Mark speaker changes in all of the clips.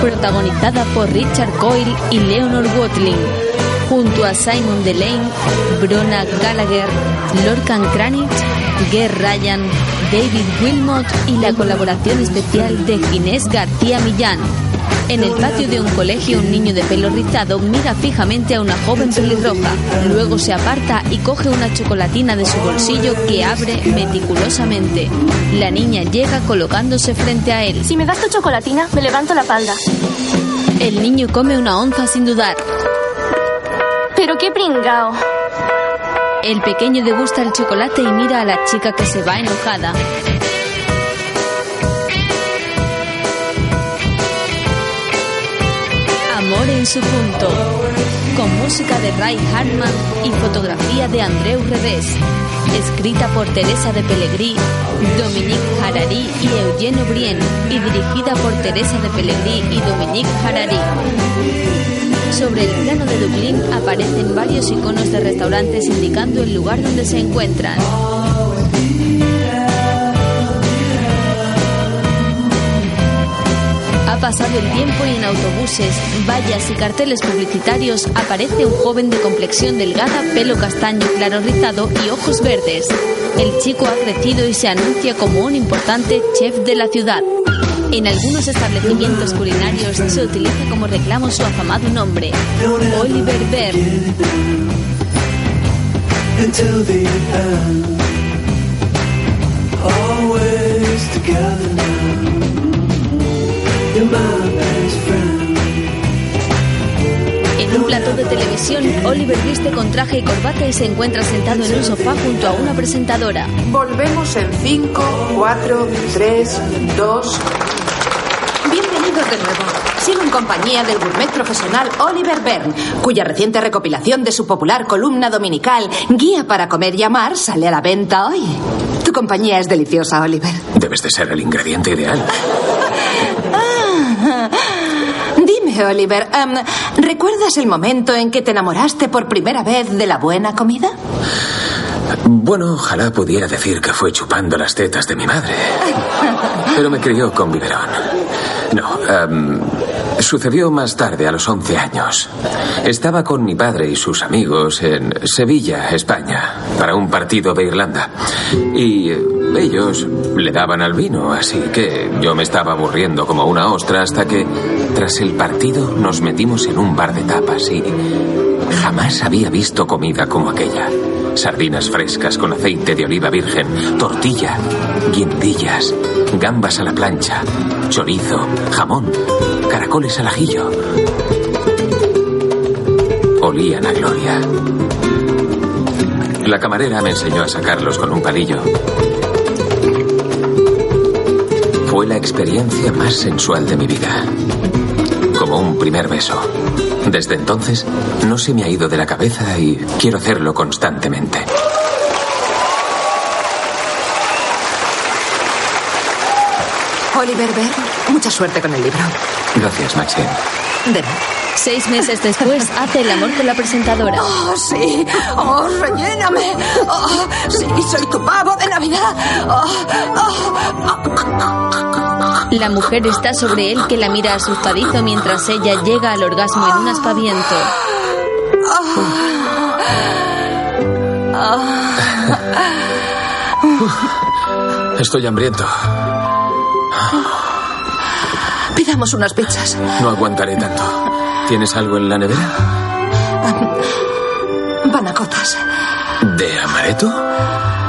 Speaker 1: protagonizada por Richard Coyle y Leonor Watling, junto a Simon Delane, Brona Gallagher, Lorcan Cranich, Ger Ryan, David Wilmot y la colaboración especial de Inés García Millán. En el patio de un colegio, un niño de pelo rizado mira fijamente a una joven pelirroja. Luego se aparta y coge una chocolatina de su bolsillo que abre meticulosamente. La niña llega colocándose frente a él.
Speaker 2: Si me das tu chocolatina, me levanto la falda.
Speaker 1: El niño come una onza sin dudar.
Speaker 2: Pero qué pringao.
Speaker 1: El pequeño degusta el chocolate y mira a la chica que se va enojada. Amor en su punto. Con música de Ray Hartman y fotografía de Andreu Revés. Escrita por Teresa de Pellegrí, Dominique Harari y Eugenio Brien. Y dirigida por Teresa de Pellegrí y Dominique Harari. Sobre el plano de Dublín aparecen varios iconos de restaurantes indicando el lugar donde se encuentran. Ha pasado el tiempo y en autobuses, vallas y carteles publicitarios aparece un joven de complexión delgada, pelo castaño claro rizado y ojos verdes. El chico ha crecido y se anuncia como un importante chef de la ciudad. En algunos establecimientos culinarios se utiliza como reclamo su afamado nombre, Oliver Bern.
Speaker 3: until the end. Always together now. You're my best friend.
Speaker 1: En un plató de televisión, Oliver viste con traje y corbata y se encuentra sentado en un sofá junto a una presentadora.
Speaker 4: Volvemos en 5, 4, 3, 2.
Speaker 5: Bienvenidos de nuevo. Sigo en compañía del gourmet profesional Oliver Bern, cuya reciente recopilación de su popular columna dominical Guía para comer y amar sale a la venta hoy. Tu compañía es deliciosa, Oliver.
Speaker 6: Debes de ser el ingrediente ideal.
Speaker 5: Ah, Dime, Oliver, em, ¿recuerdas el momento en que te enamoraste por primera vez de la buena comida?
Speaker 6: Bueno, ojalá pudiera decir que fue chupando las tetas de mi madre. Pero me crió con biberón. No, em, sucedió más tarde, a los 11 años. Estaba con mi padre y sus amigos en Sevilla, España, para un partido de Irlanda. Y eh, ellos le daban al vino, así que yo me estaba aburriendo como una ostra hasta que, tras el partido, nos metimos en un bar de tapas y jamás había visto comida como aquella. Sardinas frescas con aceite de oliva virgen, tortilla, guindillas, gambas a la plancha, chorizo, jamón, caracoles al ajillo. Olían a gloria. La camarera me enseñó a sacarlos con un palillo. Fue la experiencia más sensual de mi vida. Como un primer beso. Desde entonces no se me ha ido de la cabeza y quiero hacerlo constantemente.
Speaker 5: Oliver Bern, mucha suerte con el libro.
Speaker 6: Gracias, Maxine.
Speaker 5: De nada.
Speaker 1: Seis meses después hace el amor con la presentadora.
Speaker 5: Oh, sí. Oh, relléname. Oh, sí, soy tu pavo de Navidad. Oh, oh,
Speaker 1: La mujer está sobre él que la mira asustadizo mientras ella llega al orgasmo en un aspaviento.
Speaker 5: Ah.
Speaker 2: Ah.
Speaker 6: Estoy hambriento.
Speaker 5: oh. Pidamos unas pizzas.
Speaker 6: No aguantaré tanto. ¿Tienes algo en la nevera?
Speaker 5: Panacotas.
Speaker 6: ¿De amaretto?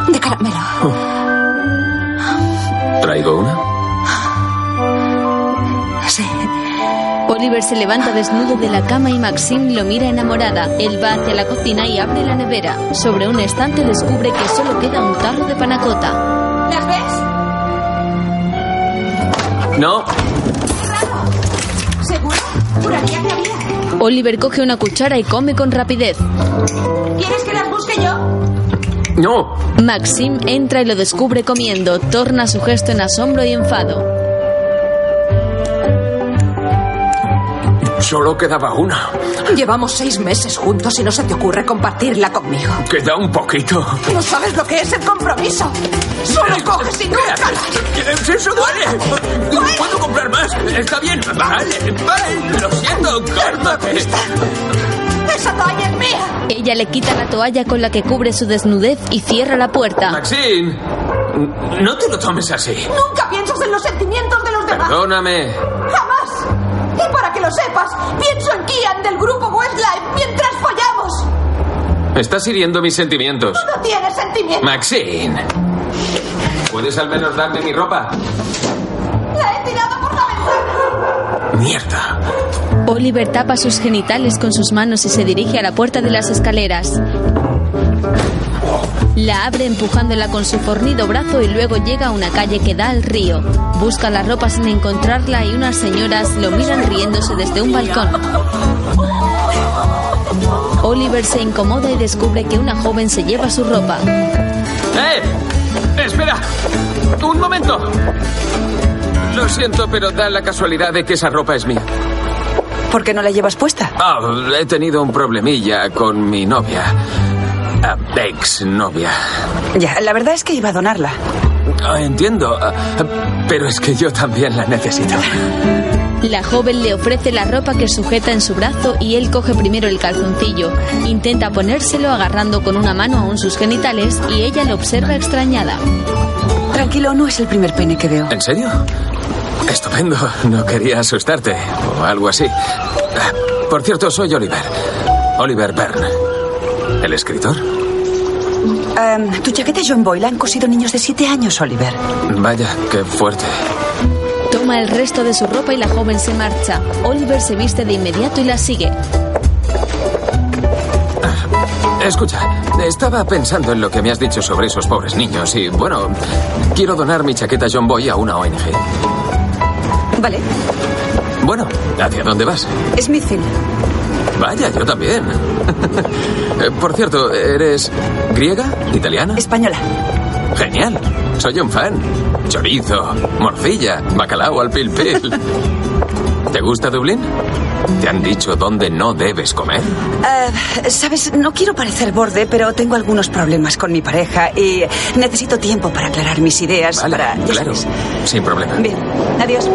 Speaker 5: De caramelo.
Speaker 6: ¿Traigo una?
Speaker 5: Sí.
Speaker 1: Oliver se levanta desnudo de la cama y Maxine lo mira enamorada. Él va hacia la cocina y abre la nevera. Sobre un estante descubre que solo queda un tarro de panacota.
Speaker 2: ¿Las ves?
Speaker 6: No.
Speaker 2: ¿Seguro? Juraría que había.
Speaker 1: Oliver coge una cuchara y come con rapidez.
Speaker 2: ¿Quieres que las busque yo?
Speaker 6: No.
Speaker 1: Maxim entra y lo descubre comiendo. Torna su gesto en asombro y enfado.
Speaker 6: Solo quedaba una.
Speaker 5: Llevamos seis meses juntos y no se te ocurre compartirla conmigo.
Speaker 6: Queda un poquito.
Speaker 5: No sabes lo que es el compromiso. Solo coges y nunca.
Speaker 6: Eh, ¡Eso duele! ¡No puedo comprar más! ¡Está bien!
Speaker 7: Vale, vale, lo siento,
Speaker 6: eh.
Speaker 7: córtate.
Speaker 2: ¡Esa toalla es mía!
Speaker 1: Ella le quita la toalla con la que cubre su desnudez y cierra la puerta.
Speaker 6: Maxine, no te lo tomes así.
Speaker 2: Nunca piensas en los sentimientos de los demás.
Speaker 6: Perdóname.
Speaker 2: ¡Jamás! Y para que lo sepas, pienso en Kian del grupo Westlife mientras follamos.
Speaker 6: Estás hiriendo mis sentimientos.
Speaker 2: No tienes sentimientos.
Speaker 6: Pues Maxine. ¿Puedes al menos darme mi ropa?
Speaker 2: La he tirado por la ventana.
Speaker 6: Mierda.
Speaker 1: Oliver tapa sus genitales con sus manos y se dirige a la puerta de las escaleras. La abre empujándola con su fornido brazo y luego llega a una calle que da al río. Busca la ropa sin encontrarla y unas señoras lo miran riéndose desde un balcón. Oliver se incomoda y descubre que una joven se lleva su ropa.
Speaker 6: ¡Eh! ¡Espera! ¡Un momento! Lo siento, pero da la casualidad de que esa ropa es mía.
Speaker 8: ¿Por qué no la llevas puesta?
Speaker 6: Ah, he tenido un problemilla con mi novia. Ah, ex novia.
Speaker 8: Ya, la verdad es que iba a donarla.
Speaker 6: Ah, entiendo, ah, pero es que yo también la necesito.
Speaker 1: La joven le ofrece la ropa que sujeta en su brazo y él coge primero el calzoncillo. Intenta ponérselo agarrando con una mano aún sus genitales y ella lo observa extrañada.
Speaker 8: Tranquilo, no es el primer pene que veo.
Speaker 6: ¿En serio? Estupendo. No quería asustarte o algo así. Ah, Por cierto, soy Oliver. Oliver Byrne. ¿El escritor?
Speaker 8: Em, tu chaqueta John Boy la han cosido niños de siete años, Oliver.
Speaker 6: Vaya, qué fuerte.
Speaker 1: Toma el resto de su ropa y la joven se marcha. Oliver se viste de inmediato y la sigue.
Speaker 6: Escucha, estaba pensando en lo que me has dicho sobre esos pobres niños y, bueno, quiero donar mi chaqueta John Boy a una ONG.
Speaker 8: Vale,
Speaker 6: Bueno, ¿hacia dónde vas?
Speaker 8: Smithfield.
Speaker 6: Vaya, yo también. Eh, Por cierto, ¿eres griega? ¿Italiana?
Speaker 8: Española.
Speaker 6: Genial. Soy un fan. Chorizo, morcilla, bacalao al pil pil. ¿Te gusta Dublín? ¿Te han dicho dónde no debes comer?
Speaker 8: Eh, Sabes, no quiero parecer borde, pero tengo algunos problemas con mi pareja y necesito tiempo para aclarar mis ideas.
Speaker 6: Vale,
Speaker 8: para... ya
Speaker 6: claro,
Speaker 8: sabes.
Speaker 6: sin problema.
Speaker 8: Bien, adiós.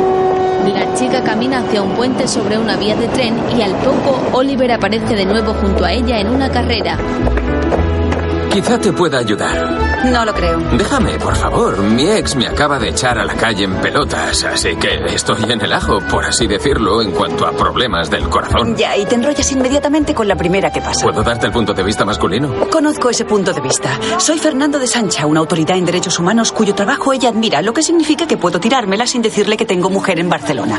Speaker 1: La chica camina hacia un puente sobre una vía de tren y al poco Oliver aparece de nuevo junto a ella en una carrera.
Speaker 6: Quizá te pueda ayudar.
Speaker 8: No lo creo.
Speaker 6: Déjame, por favor. Mi ex me acaba de echar a la calle en pelotas, así que estoy en el ajo, por así decirlo, en cuanto a problemas del corazón.
Speaker 8: Ya, y te enrollas inmediatamente con la primera que pasa.
Speaker 6: ¿Puedo darte el punto de vista masculino?
Speaker 8: Conozco ese punto de vista. Soy Fernando de Sancha, una autoridad en derechos humanos cuyo trabajo ella admira, lo que significa que puedo tirármela sin decirle que tengo mujer en Barcelona.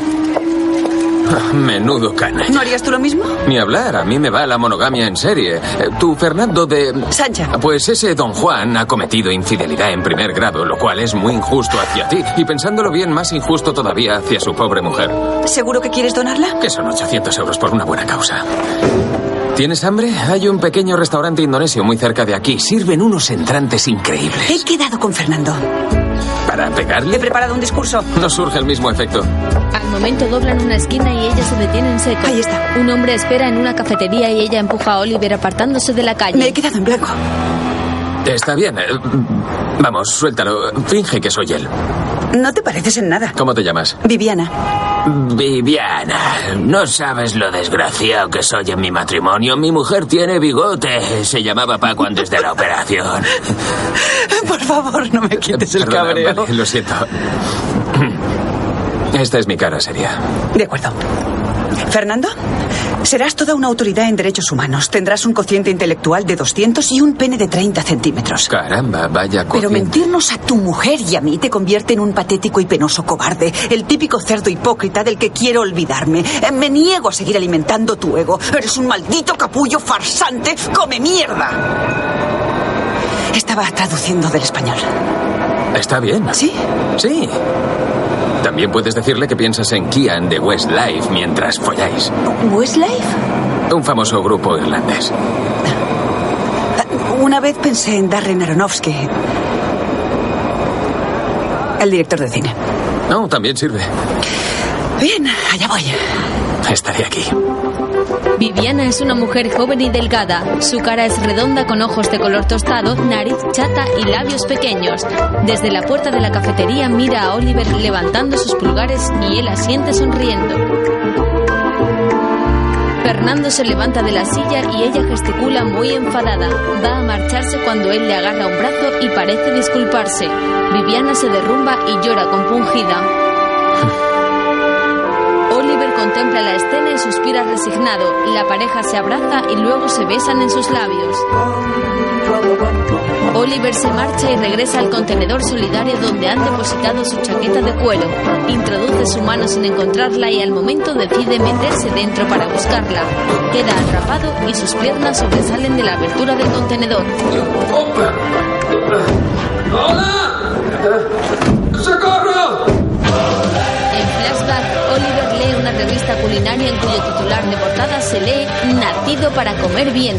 Speaker 6: Ah, Menudo canalla.
Speaker 8: ¿No harías tú lo mismo?
Speaker 6: Ni hablar, a mí me va la monogamia en serie. Eh, Tu Fernando de...
Speaker 8: Sancha.
Speaker 6: Pues ese don Juan ha cometido infidelidad en primer grado, lo cual es muy injusto hacia ti y pensándolo bien más injusto todavía hacia su pobre mujer,
Speaker 8: ¿Seguro que quieres donarla?
Speaker 6: que son 800 euros por una buena causa. ¿Tienes hambre? Hay un pequeño restaurante indonesio muy cerca de aquí. Sirven unos entrantes
Speaker 8: He
Speaker 6: increíbles.
Speaker 8: quedado con Fernando.
Speaker 6: ¿Para
Speaker 8: Le he
Speaker 6: pegarle?
Speaker 8: preparado un discurso.
Speaker 6: No surge el mismo efecto.
Speaker 1: Al momento doblan una esquina y ella se detiene en seco.
Speaker 8: Ahí está.
Speaker 1: Un hombre espera en una cafetería y ella empuja a Oliver apartándose de la
Speaker 8: Me he
Speaker 1: calle.
Speaker 8: quedado en blanco.
Speaker 6: Está bien. eh, Vamos, suéltalo. Finge que soy él.
Speaker 8: No te pareces en nada.
Speaker 6: ¿Cómo te llamas?
Speaker 8: Viviana.
Speaker 6: Viviana, no sabes lo desgraciado que soy en mi matrimonio. Mi mujer tiene bigote. Se llamaba Paco antes de la operación.
Speaker 8: Por favor, no me quites el
Speaker 6: Perdona,
Speaker 8: cabreo.
Speaker 6: vale, lo siento. Esta es mi cara seria.
Speaker 8: De acuerdo. Fernando, serás toda una autoridad en derechos humanos. Tendrás un cociente intelectual de 200 y un pene de 30 centímetros.
Speaker 6: Caramba, vaya cosa.
Speaker 8: Pero mentirnos a tu mujer y a mí te convierte en un patético y penoso cobarde, el típico cerdo hipócrita del que quiero olvidarme. Eh, Me niego a seguir alimentando tu ego. Eres un maldito capullo farsante, come mierda. Estaba traduciendo del español.
Speaker 6: Está bien.
Speaker 8: ¿Sí?
Speaker 6: Sí. También puedes decirle que piensas en Kian de Westlife mientras folláis.
Speaker 8: ¿Westlife?
Speaker 6: Un famoso grupo irlandés.
Speaker 8: Ah, Una vez pensé en Darren Aronofsky, el director de cine.
Speaker 6: No, también sirve.
Speaker 8: Bien, allá voy.
Speaker 6: Estaré aquí.
Speaker 1: Viviana es una mujer joven y delgada. Su cara es redonda con ojos de color tostado, nariz chata y labios pequeños. Desde la puerta de la cafetería mira a Oliver levantando sus pulgares y él asiente sonriendo. Fernando se levanta de la silla y ella gesticula muy enfadada. Va a marcharse cuando él le agarra un brazo y parece disculparse. Viviana se derrumba y llora compungida. Oliver contempla la escena y suspira resignado. La pareja se abraza y luego se besan en sus labios. Oliver se marcha y regresa al contenedor solidario donde han depositado su chaqueta de cuero. Introduce su mano sin encontrarla y al momento decide meterse dentro para buscarla. Queda atrapado y sus piernas sobresalen de la abertura del contenedor. En flashback, Oliver lee una revista culinaria en cuyo titular de portada se lee Nacido para comer bien.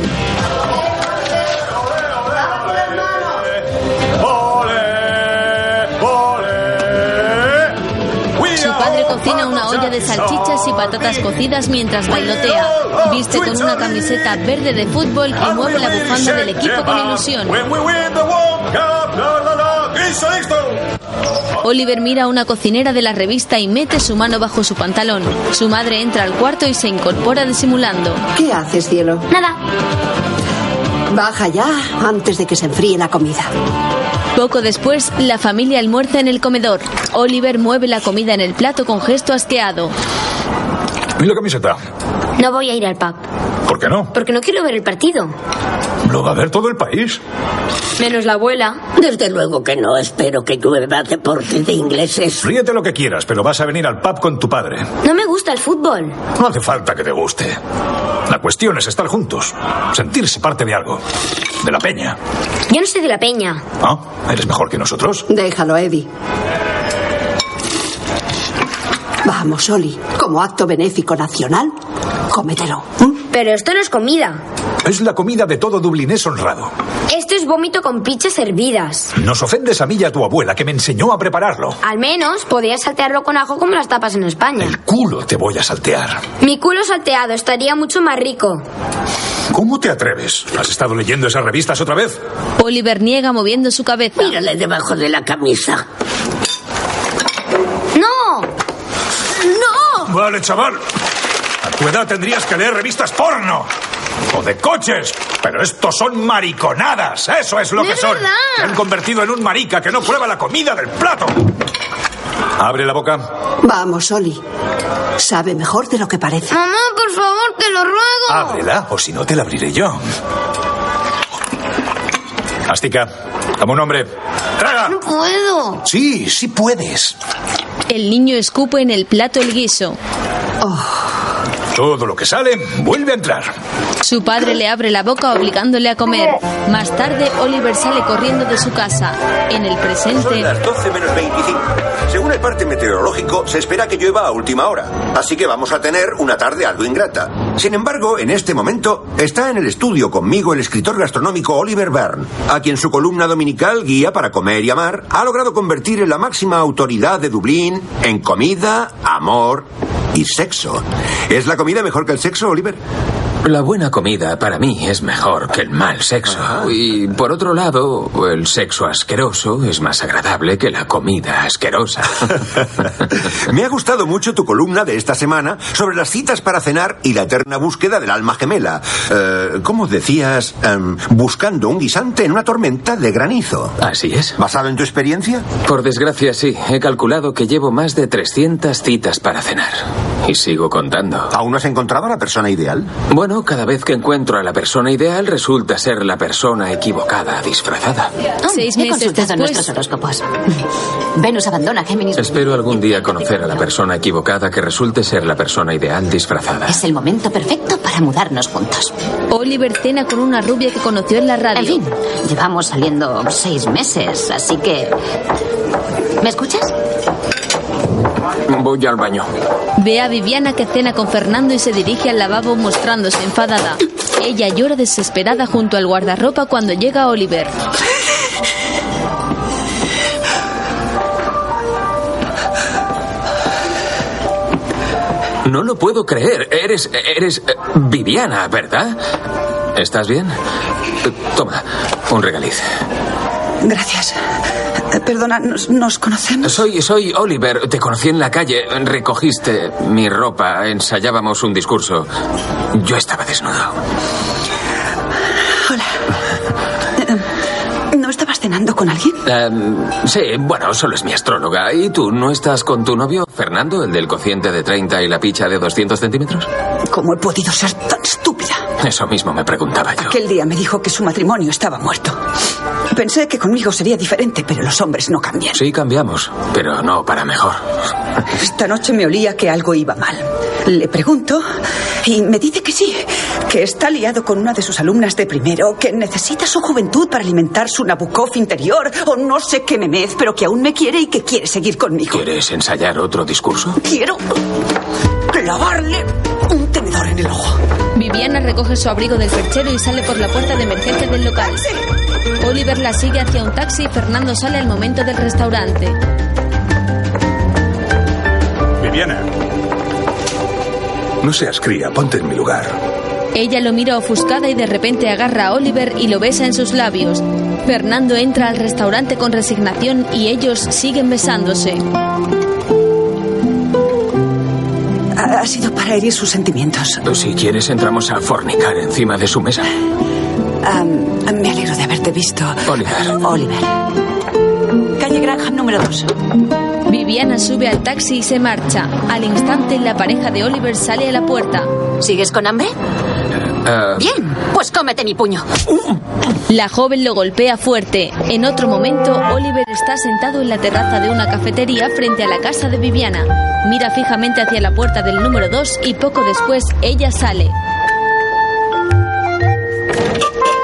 Speaker 1: Su padre cocina una olla de salchichas y patatas cocidas mientras bailotea. Viste con una camiseta verde de fútbol y mueve la bufanda del equipo con ilusión. Oliver mira a una cocinera de la revista y mete su mano bajo su pantalón. Su madre entra al cuarto y se incorpora disimulando.
Speaker 5: ¿Qué haces, cielo?
Speaker 9: Nada.
Speaker 5: Baja ya antes de que se enfríe la comida.
Speaker 1: Poco después, la familia almuerza en el comedor. Oliver mueve la comida en el plato con gesto asqueado.
Speaker 10: ¿Y la camiseta?
Speaker 9: No voy a ir al pub.
Speaker 10: ¿Por qué no?
Speaker 9: Porque no quiero ver el partido.
Speaker 10: Lo va a ver todo el país.
Speaker 9: Menos la abuela.
Speaker 11: Desde luego que no. Espero que llueva deporte de ingleses.
Speaker 10: Ríete lo que quieras, pero vas a venir al pub con tu padre.
Speaker 9: No me gusta el fútbol.
Speaker 10: No hace falta que te guste. La cuestión es estar juntos, sentirse parte de algo, de la peña.
Speaker 9: Yo no soy de la peña.
Speaker 10: ¿Ah? ¿Eres mejor que nosotros?
Speaker 5: Déjalo, Eddie. Vamos, Oli. Como acto benéfico nacional, cómetelo. ¿Mm?
Speaker 9: Pero esto no es comida.
Speaker 10: Es la comida de todo dublinés honrado.
Speaker 9: Esto es vómito con pichas hervidas.
Speaker 10: Nos ofendes a mí y a tu abuela, que me enseñó a prepararlo.
Speaker 9: Al menos podías saltearlo con ajo como las tapas en España.
Speaker 10: El culo te voy a saltear.
Speaker 9: Mi culo salteado estaría mucho más rico.
Speaker 10: ¿Cómo te atreves? ¿Has estado leyendo esas revistas otra vez?
Speaker 1: Oliver niega moviendo su cabeza.
Speaker 11: Mírale debajo de la camisa.
Speaker 9: ¡No! ¡No!
Speaker 10: Vale, chaval. A tu edad tendrías que leer revistas porno. O de coches. Pero estos son mariconadas. Eso es lo
Speaker 9: No
Speaker 10: que
Speaker 9: es
Speaker 10: son.
Speaker 9: verdad.
Speaker 10: Te han convertido en un marica que no prueba la comida del plato. Abre la boca.
Speaker 5: Vamos, Oli. Sabe mejor de lo que parece.
Speaker 9: Mamá, por favor, te lo ruego.
Speaker 10: Ábrela, o si no te la abriré yo. Astica, como un hombre. ¡Traga!
Speaker 9: No puedo.
Speaker 10: Sí, sí puedes.
Speaker 1: El niño escupe en el plato el guiso.
Speaker 12: Oh.
Speaker 10: Todo lo que sale vuelve a entrar.
Speaker 1: Su padre le abre la boca obligándole a comer. Más tarde, Oliver sale corriendo de su casa. En el presente,
Speaker 13: 12 menos 25. Según el parte meteorológico, se espera que llueva a última hora, así que vamos a tener una tarde algo ingrata. Sin embargo, en este momento está en el estudio conmigo el escritor gastronómico Oliver Byrne, a quien su columna dominical Guía para Comer y Amar ha logrado convertir en la máxima autoridad de Dublín en comida, amor y sexo. ¿Es la comida mejor que el sexo, Oliver?
Speaker 6: La buena comida para mí es mejor que el mal sexo. Y por otro lado, el sexo asqueroso es más agradable que la comida asquerosa.
Speaker 13: Me ha gustado mucho tu columna de esta semana sobre las citas para cenar y la eterna búsqueda del alma gemela. Eh, ¿Cómo decías? Em, buscando un guisante en una tormenta de granizo.
Speaker 6: Así es.
Speaker 13: ¿Basado en tu experiencia?
Speaker 6: Por desgracia, sí. He calculado que llevo más de 300 citas para cenar. Y sigo contando.
Speaker 13: ¿Aún no has encontrado a la persona ideal?
Speaker 6: Bueno, cada vez que encuentro a la persona ideal resulta ser la persona equivocada disfrazada.
Speaker 1: seis
Speaker 12: He
Speaker 1: meses
Speaker 12: consultado nuestros
Speaker 1: después,
Speaker 12: horóscopos. Venus abandona Géminis.
Speaker 6: Espero algún día conocer a la persona equivocada que resulte ser la persona ideal disfrazada.
Speaker 12: Es el momento perfecto para mudarnos juntos.
Speaker 1: Oliver cena con una rubia que conoció en la radio.
Speaker 12: En fin, llevamos saliendo seis meses, así que... ¿Me escuchas?
Speaker 6: Voy al baño.
Speaker 1: Ve a Viviana que cena con Fernando y se dirige al lavabo mostrándose enfadada. Ella llora desesperada junto al guardarropa cuando llega Oliver.
Speaker 6: No lo puedo creer. Eres. eres. eh, Viviana, ¿verdad? ¿Estás bien? Eh, Toma, un regaliz.
Speaker 8: Gracias. Eh, Perdona, ¿nos, nos conocemos?
Speaker 6: Soy, soy Oliver. Te conocí en la calle. Recogiste mi ropa. Ensayábamos un discurso. Yo estaba desnudo.
Speaker 8: Eh, ¿No estabas cenando con alguien?
Speaker 6: Em, sí, bueno, solo es mi astróloga. ¿Y tú no estás con tu novio, Fernando, el del cociente de 30 y la picha de 200 centímetros?
Speaker 8: ¿Cómo he podido ser tan estúpida?
Speaker 6: Eso mismo me preguntaba yo.
Speaker 8: Aquel día me dijo que su matrimonio estaba muerto. Pensé que conmigo sería diferente, pero los hombres no cambian.
Speaker 6: Sí, cambiamos, pero no para mejor.
Speaker 8: Esta noche me olía que algo iba mal. Le pregunto y me dice que sí, que está liado con una de sus alumnas de primero, que necesita su juventud para alimentar su Nabokov interior o no sé qué memez, pero que aún me quiere y que quiere seguir conmigo.
Speaker 6: ¿Quieres ensayar otro discurso?
Speaker 8: Quiero clavarle un tenedor en el ojo.
Speaker 1: Viviana recoge su abrigo del perchero y sale por la puerta de emergencia del local. Oliver la sigue hacia un taxi y Fernando sale al momento del restaurante.
Speaker 10: Viviana. No seas cría, ponte en mi lugar.
Speaker 1: Ella lo mira ofuscada y de repente agarra a Oliver y lo besa en sus labios. Fernando entra al restaurante con resignación y ellos siguen besándose.
Speaker 8: Ha, ha sido para herir sus sentimientos.
Speaker 6: Si quieres, entramos a fornicar encima de su mesa.
Speaker 8: Am, me alegro de haberte visto.
Speaker 6: Oliver.
Speaker 8: Oliver. Calle Graham número 2.
Speaker 1: Viviana sube al taxi y se marcha. Al instante, la pareja de Oliver sale a la puerta.
Speaker 12: ¿Sigues con hambre?
Speaker 6: Eh,
Speaker 12: Bien, pues cómete mi puño.
Speaker 1: La joven lo golpea fuerte. En otro momento, Oliver está sentado en la terraza de una cafetería frente a la casa de Viviana. Mira fijamente hacia la puerta del número 2 y poco después ella sale.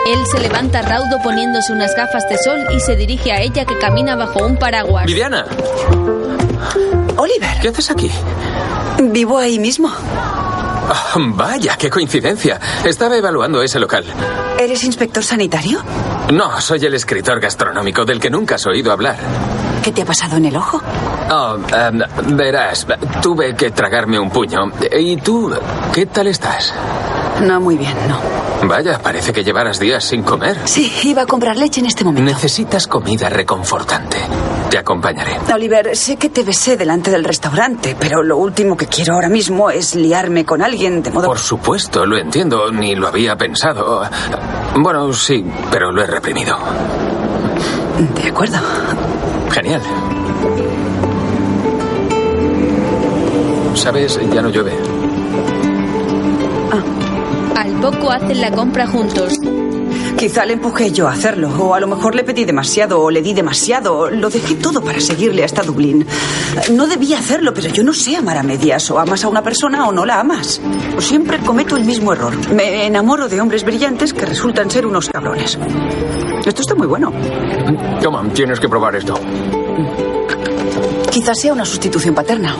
Speaker 1: Él se levanta raudo poniéndose unas gafas de sol y se dirige a ella que camina bajo un paraguas.
Speaker 6: Viviana,
Speaker 8: Oliver,
Speaker 6: ¿qué haces aquí?
Speaker 8: vivo ahí mismo.
Speaker 6: Ah, vaya, qué coincidencia. Estaba evaluando ese local.
Speaker 8: ¿Eres inspector sanitario?
Speaker 6: No, soy el escritor gastronómico del que nunca has oído hablar.
Speaker 8: ¿Qué te ha pasado en el ojo?
Speaker 6: Oh, em, verás, tuve que tragarme un puño. ¿Y tú? ¿Qué tal estás?
Speaker 8: No, muy bien, no.
Speaker 6: Vaya, parece que llevaras días sin comer.
Speaker 8: Sí, iba a comprar leche en este momento.
Speaker 6: Necesitas comida reconfortante. Te acompañaré.
Speaker 8: Oliver, sé que te besé delante del restaurante, pero lo último que quiero ahora mismo es liarme con alguien, de modo...
Speaker 6: Por supuesto, lo entiendo, ni lo había pensado. Bueno, sí, pero lo he reprimido.
Speaker 8: De acuerdo.
Speaker 6: Genial. ¿Sabes? Ya no llueve.
Speaker 1: Al poco hacen la compra juntos.
Speaker 8: Quizá le empujé yo a hacerlo, o a lo mejor le pedí demasiado, o le di demasiado, o lo dejé todo para seguirle hasta Dublín. No debía hacerlo, pero yo no sé amar a medias, o amas a una persona o no la amas. Siempre cometo el mismo error. Me enamoro de hombres brillantes que resultan ser unos cabrones. Esto está muy bueno.
Speaker 6: Toma, tienes que probar esto.
Speaker 8: Quizás sea una sustitución paterna.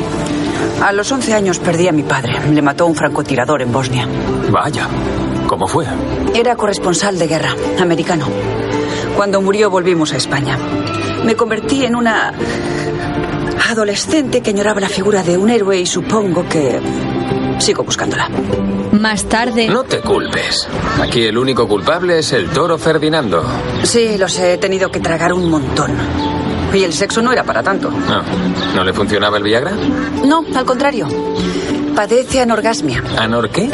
Speaker 8: A los 11 años perdí a mi padre. Le mató un francotirador en Bosnia.
Speaker 6: Vaya, ¿cómo fue?
Speaker 8: Era corresponsal de guerra, americano. Cuando murió volvimos a España. Me convertí en una adolescente que añoraba la figura de un héroe y supongo que sigo buscándola.
Speaker 1: Más tarde,
Speaker 6: No te culpes. Aquí el único culpable es el toro Ferdinando.
Speaker 8: Sí, los he tenido que tragar un montón. Y el sexo no era para tanto.
Speaker 6: Ah, ¿No le funcionaba el Viagra?
Speaker 8: No, al contrario. Padece anorgasmia.
Speaker 6: ¿Anor qué?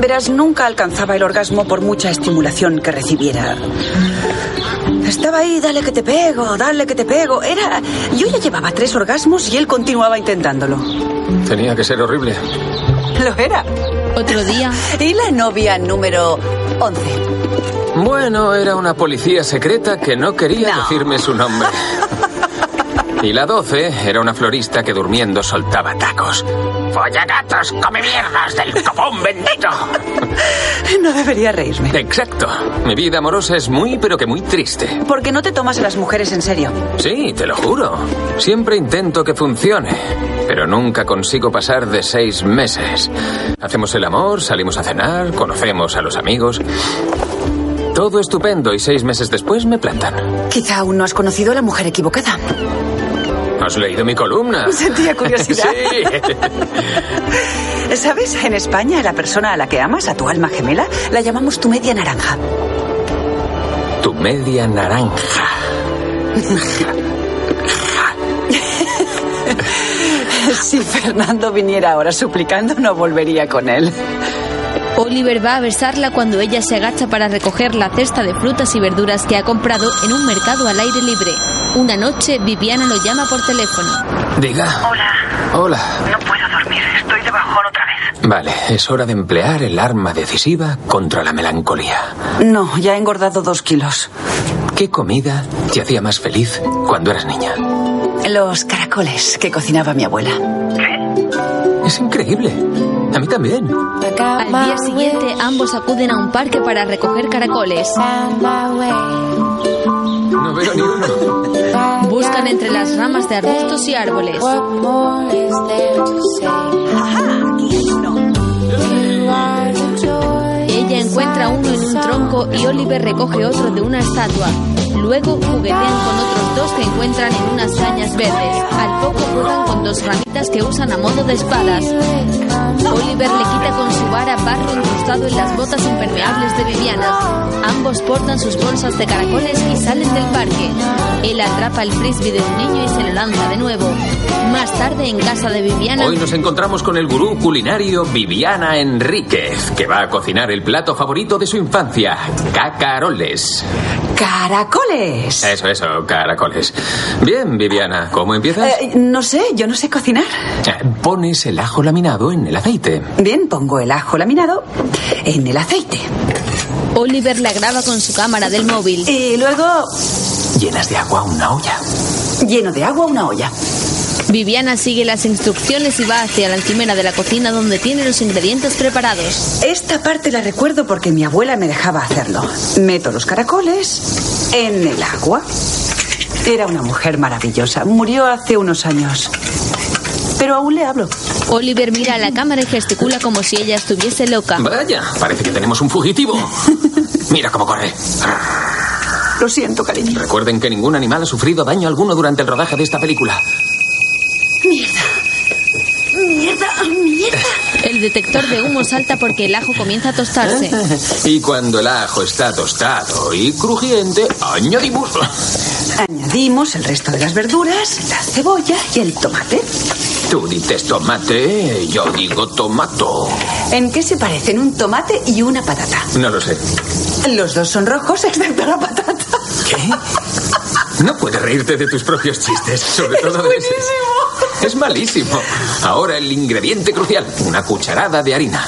Speaker 8: Verás, nunca alcanzaba el orgasmo por mucha estimulación que recibiera. Estaba ahí, dale que te pego, dale que te pego. Era. Yo ya llevaba tres orgasmos y él continuaba intentándolo.
Speaker 6: Tenía que ser horrible.
Speaker 8: Lo era.
Speaker 1: otro día,
Speaker 8: Y la novia número 11.
Speaker 6: Bueno, era una policía secreta que no quería
Speaker 8: No.
Speaker 6: decirme su nombre. Y la 12 era una florista que durmiendo soltaba tacos. ¡Follagatos, come mierdas del copón bendito!
Speaker 8: No debería reírme.
Speaker 6: Exacto. Mi vida amorosa es muy, pero que muy triste.
Speaker 8: Porque no te tomas a las mujeres en serio.
Speaker 6: Sí, te lo juro. Siempre intento que funcione, pero nunca consigo pasar de seis meses. Hacemos el amor, salimos a cenar, conocemos a los amigos. Todo estupendo y seis meses después me plantan.
Speaker 8: Quizá aún no has conocido a la mujer equivocada.
Speaker 6: ¿Has leído mi columna?
Speaker 8: Sentía curiosidad.
Speaker 6: Sí.
Speaker 8: ¿Sabes? En España, a la persona a la que amas, a tu alma gemela, la llamamos tu media naranja.
Speaker 6: Tu media naranja.
Speaker 8: si Fernando viniera ahora suplicando, no volvería con él.
Speaker 1: Oliver va a besarla cuando ella se agacha para recoger la cesta de frutas y verduras que ha comprado en un mercado al aire libre. Una noche, Viviana lo llama por teléfono.
Speaker 6: Diga.
Speaker 14: Hola,
Speaker 6: Hola.
Speaker 14: no puedo dormir. Estoy de bajón otra vez.
Speaker 6: Vale, es hora de emplear el arma decisiva contra la melancolía.
Speaker 8: No, ya he engordado dos kilos.
Speaker 6: ¿Qué comida te hacía más feliz cuando eras niña?
Speaker 8: Los caracoles que cocinaba mi abuela.
Speaker 6: Es increíble. A mí también.
Speaker 1: Al día siguiente, ambos acuden a un parque para recoger caracoles.
Speaker 6: No veo ni uno.
Speaker 1: Buscan entre las ramas de arbustos y árboles. Ella encuentra uno en un tronco y Oliver recoge otro de una estatua. Luego juguetean con otros dos que encuentran en unas cañas verdes. Al poco juegan con dos ramitas que usan a modo de espadas. Oliver le quita con su vara barro incrustado en las botas impermeables de Viviana. Ambos portan sus bolsas de caracoles y salen del parque. Él atrapa el frisbee de un niño y se lo lanza de nuevo. Más tarde, en casa de Viviana,
Speaker 6: Hoy nos encontramos con el gurú culinario Viviana Enríquez, que va a cocinar el plato favorito de su infancia, cacaroles.
Speaker 8: ¡Caracoles!
Speaker 6: Eso, eso, caracoles. Bien, Viviana, ¿cómo empiezas?
Speaker 8: Eh, no sé, yo no sé cocinar.
Speaker 6: Eh, Pones el ajo laminado en el aceite.
Speaker 8: Bien, pongo el ajo laminado en el aceite.
Speaker 1: Oliver la graba con su cámara del móvil.
Speaker 8: Y luego
Speaker 6: Llenas de agua una olla.
Speaker 8: lleno de agua una olla.
Speaker 1: Viviana sigue las instrucciones y va hacia la encimera de la cocina donde tiene los ingredientes preparados.
Speaker 8: Esta parte la recuerdo porque mi abuela me dejaba hacerlo. Meto los caracoles en el agua. Era una mujer maravillosa. Murió hace unos años. Pero aún le hablo.
Speaker 1: Oliver mira a la cámara y gesticula como si ella estuviese loca.
Speaker 6: Vaya, parece que tenemos un fugitivo. Mira cómo corre.
Speaker 8: Lo siento, cariño.
Speaker 6: Recuerden que ningún animal ha sufrido daño alguno durante el rodaje de esta película.
Speaker 5: Mierda. Mierda, mierda.
Speaker 1: El detector de humo salta porque el ajo comienza a tostarse.
Speaker 6: Y cuando el ajo está tostado y crujiente, añadimos.
Speaker 8: Añadimos el resto de las verduras, la cebolla y el tomate.
Speaker 6: Tú dices tomate, yo digo tomato.
Speaker 8: ¿En qué se parecen un tomate y una patata?
Speaker 6: No lo sé.
Speaker 8: Los dos son rojos, excepto la patata.
Speaker 6: No puedes reírte de tus propios chistes, sobre todo de ese. Es malísimo. Ahora el ingrediente crucial, una cucharada de harina.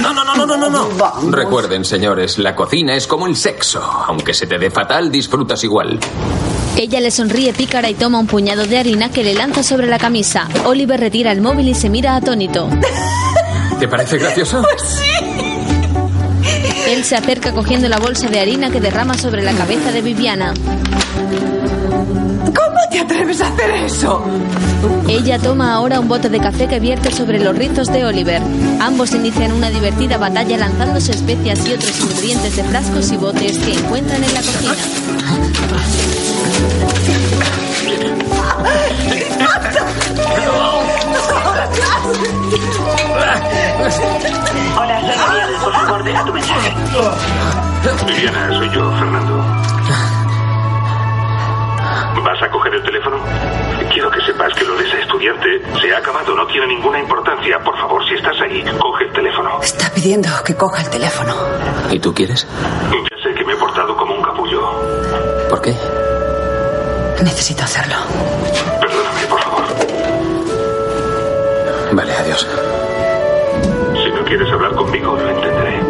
Speaker 6: No, no, no, no, no, no, no. Recuerden, señores, la cocina es como el sexo. Aunque se te dé fatal, disfrutas igual.
Speaker 1: Ella le sonríe pícara y toma un puñado de harina que le lanza sobre la camisa. Oliver retira el móvil y se mira atónito.
Speaker 6: ¿Te parece gracioso?
Speaker 1: Él se acerca cogiendo la bolsa de harina que derrama sobre la cabeza de Viviana.
Speaker 8: ¿Cómo te atreves a hacer eso?
Speaker 1: Ella toma ahora un bote de café que vierte sobre los rizos de Oliver. Ambos inician una divertida batalla lanzándose especias y otros nutrientes de frascos y botes que encuentran en la cocina.
Speaker 14: Hola, soy Viviana. Por favor, deja tu mensaje.
Speaker 15: Viviana, soy yo, Fernando. ¿Vas a coger el teléfono? Quiero que sepas que lo de esa estudiante se ha acabado, no tiene ninguna importancia. Por favor, si estás ahí, coge el teléfono.
Speaker 8: Está pidiendo que coja el teléfono.
Speaker 6: ¿Y tú quieres?
Speaker 15: Ya sé que me he portado como un capullo.
Speaker 6: ¿Por qué?
Speaker 8: Necesito hacerlo.
Speaker 15: Perdóname, por favor.
Speaker 6: Vale, adiós.
Speaker 15: Si no quieres hablar conmigo, lo entenderé.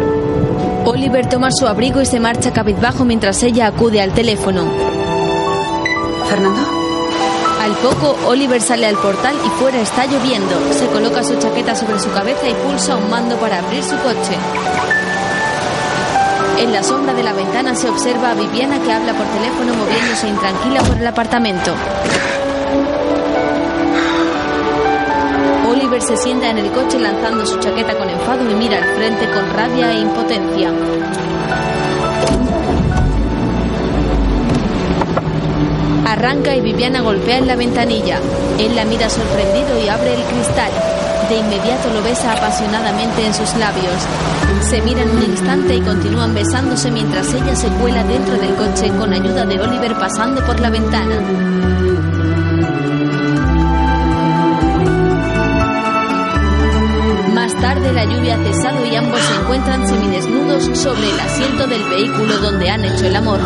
Speaker 1: Oliver toma su abrigo y se marcha cabizbajo mientras ella acude al teléfono.
Speaker 8: ¿Fernando?
Speaker 1: Al poco, Oliver sale al portal y fuera está lloviendo. Se coloca su chaqueta sobre su cabeza y pulsa un mando para abrir su coche. En la sombra de la ventana se observa a Viviana que habla por teléfono moviéndose intranquila por el apartamento. Oliver se sienta en el coche lanzando su chaqueta con enfado y mira al frente con rabia e impotencia. A arranca y Viviana golpea en la ventanilla. Él la mira sorprendido y abre el cristal. De inmediato lo besa apasionadamente en sus labios. Se miran un instante y continúan besándose mientras ella se cuela dentro del coche con ayuda de Oliver pasando por la ventana. Más tarde la lluvia ha cesado y ambos se encuentran semidesnudos sobre el asiento del vehículo donde han hecho el amor.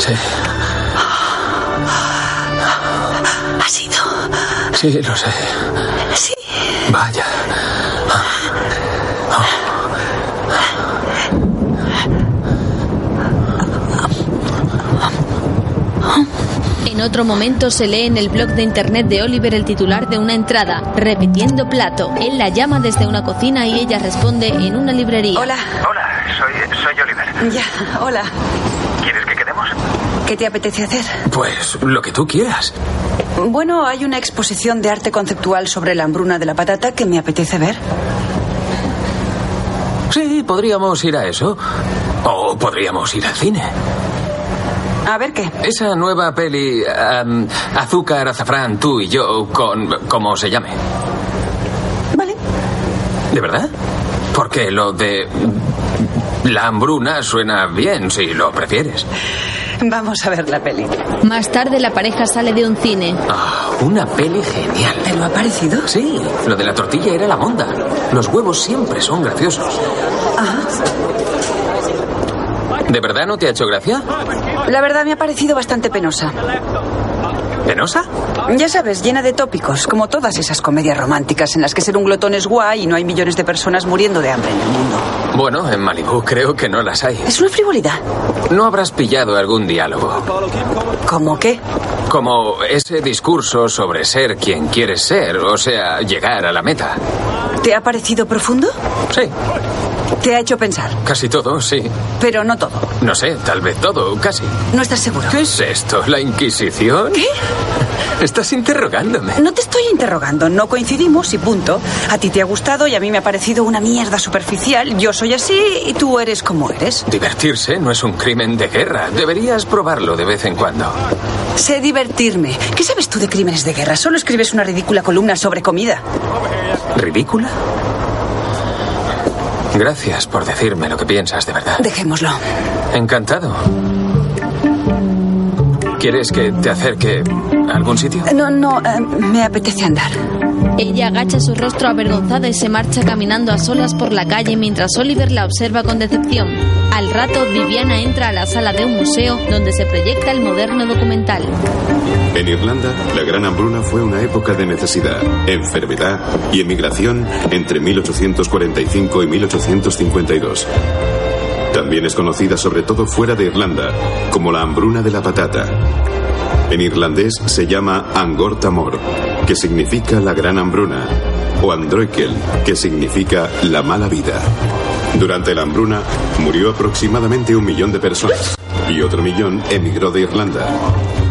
Speaker 6: Sí,
Speaker 16: Ha sido.
Speaker 6: sí, lo sé.
Speaker 16: Sí.
Speaker 6: Vaya. Ah.
Speaker 1: En otro momento se lee en el blog de internet de Oliver el titular de una entrada, repitiendo plato. Él la llama desde una cocina y ella responde en una librería. Hola.
Speaker 14: Hola, soy, soy Oliver.
Speaker 8: Ya, hola.
Speaker 14: ¿Quieres que quedemos?
Speaker 8: ¿Qué te apetece hacer?
Speaker 6: Pues lo que tú quieras.
Speaker 8: Bueno, hay una exposición de arte conceptual sobre la hambruna de la patata que me apetece ver.
Speaker 6: Sí, podríamos ir a eso. O podríamos ir al cine.
Speaker 8: A ver qué.
Speaker 6: Esa nueva peli, am, Azúcar, Azafrán, tú y yo, con. ¿Cómo se llame?
Speaker 8: Vale.
Speaker 6: ¿De verdad? Porque lo de. La hambruna suena bien, si lo prefieres.
Speaker 8: Vamos a ver la peli.
Speaker 1: Más tarde la pareja sale de un cine.
Speaker 6: Ah, una peli genial.
Speaker 8: ¿Te lo ha parecido?
Speaker 6: Sí, lo de la tortilla era la monda. Los huevos siempre son graciosos. ¿De verdad no te ha hecho gracia?
Speaker 8: La verdad me ha parecido bastante penosa.
Speaker 6: ¿Penosa?
Speaker 8: Ya sabes, llena de tópicos, como todas esas comedias románticas en las que ser un glotón es guay y no hay millones de personas muriendo de hambre en el mundo.
Speaker 6: Bueno, en Malibú creo que no las hay.
Speaker 8: Es una frivolidad.
Speaker 6: No habrás pillado algún diálogo.
Speaker 8: ¿Cómo qué?
Speaker 6: Como ese discurso sobre ser quien quieres ser, o sea, llegar a la meta.
Speaker 8: ¿Te ha parecido profundo?
Speaker 6: Sí,
Speaker 8: Te ha hecho pensar,
Speaker 6: casi todo, sí.
Speaker 8: pero no todo.
Speaker 6: No sé, tal vez todo, casi.
Speaker 8: ¿No estás seguro?
Speaker 6: ¿Qué es esto? ¿La Inquisición?
Speaker 8: ¿Qué?
Speaker 6: Estás interrogándome.
Speaker 8: No te estoy interrogando, no coincidimos y punto. A ti te ha gustado y a mí me ha parecido una mierda superficial. Yo soy así y tú eres como eres.
Speaker 6: Divertirse no es un crimen de guerra. Deberías probarlo de vez en cuando.
Speaker 8: Sé divertirme. ¿Qué sabes tú de crímenes de guerra? Solo escribes una ridícula columna sobre comida.
Speaker 6: ¿Ridícula? Gracias por decirme lo que piensas de verdad.
Speaker 8: Dejémoslo.
Speaker 6: Encantado. ¿Quieres que te acerque a algún sitio?
Speaker 8: No, no, eh, me apetece andar.
Speaker 1: Ella agacha su rostro avergonzada y se marcha caminando a solas por la calle mientras Oliver la observa con decepción. Al rato, Viviana entra a la sala de un museo donde se proyecta el moderno documental.
Speaker 17: En Irlanda, la gran hambruna fue una época de necesidad, enfermedad y emigración entre 1845 y 1852. También es conocida sobre todo fuera de Irlanda como la hambruna de la patata. En irlandés se llama Angor Tamor, que significa la gran hambruna, o Androikel, que significa la mala vida. Durante la hambruna murió aproximadamente un millón de personas y otro millón emigró de Irlanda,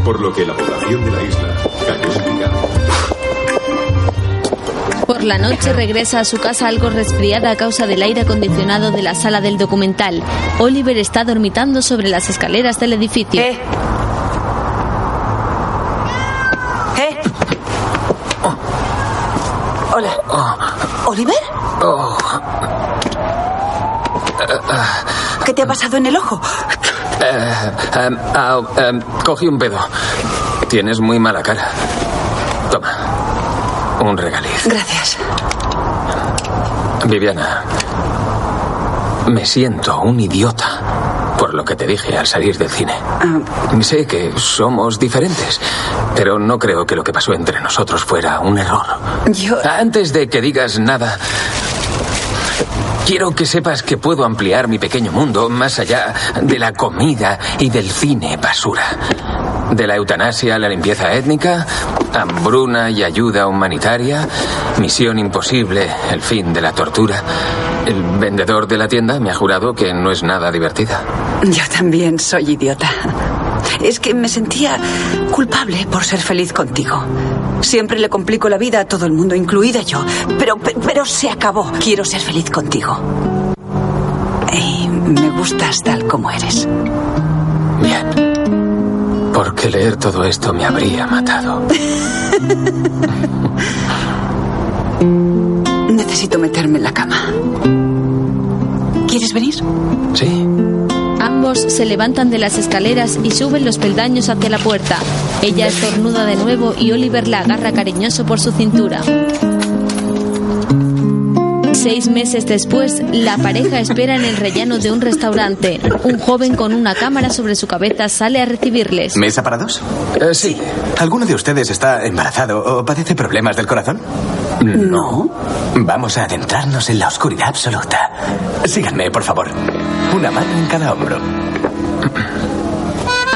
Speaker 17: por lo que la población de la isla cayó significativamente.
Speaker 1: Por la noche regresa a su casa algo resfriada a causa del aire acondicionado de la sala del documental. Oliver está dormitando sobre las escaleras del edificio.
Speaker 8: ¿Eh? Hola. ¿Oliver? Oh.
Speaker 6: Ah,
Speaker 8: ¿Qué te ha pasado en el ojo?
Speaker 6: Eh, em, au, em, cogí un pedo. Tienes muy mala cara. Toma. Un regaliz.
Speaker 8: Gracias.
Speaker 6: Viviana, me siento un idiota por lo que te dije al salir del cine.
Speaker 8: Ah.
Speaker 6: Sé que somos diferentes, pero no creo que lo que pasó entre nosotros fuera un error.
Speaker 8: Yo...
Speaker 6: Antes de que digas nada, quiero que sepas que puedo ampliar mi pequeño mundo más allá de la comida y del cine basura. De la eutanasia a la limpieza étnica, hambruna y ayuda humanitaria, misión imposible, el fin de la tortura. El vendedor de la tienda me ha jurado que no es nada divertida.
Speaker 8: Yo también soy idiota. Es que me sentía culpable por ser feliz contigo. Siempre le complico la vida a todo el mundo, incluida yo. Pero, pe- pero se acabó. Quiero ser feliz contigo. Y me gustas tal como eres.
Speaker 6: Bien. Porque leer todo esto me habría matado.
Speaker 8: Necesito meterme en la cama. ¿Quieres venir?
Speaker 6: Sí.
Speaker 1: Ambos se levantan de las escaleras y suben los peldaños hacia la puerta. Ella estornuda de nuevo y Oliver la agarra cariñoso por su cintura. Seis meses después, la pareja espera en el rellano de un restaurante. Un joven con una cámara sobre su cabeza sale a recibirles.
Speaker 18: ¿Mesa para dos? Eh,
Speaker 6: sí.
Speaker 18: ¿Alguno de ustedes está embarazado o padece problemas del corazón?
Speaker 8: No.
Speaker 18: Vamos a adentrarnos en la oscuridad absoluta. Síganme, por favor. Una mano en cada hombro.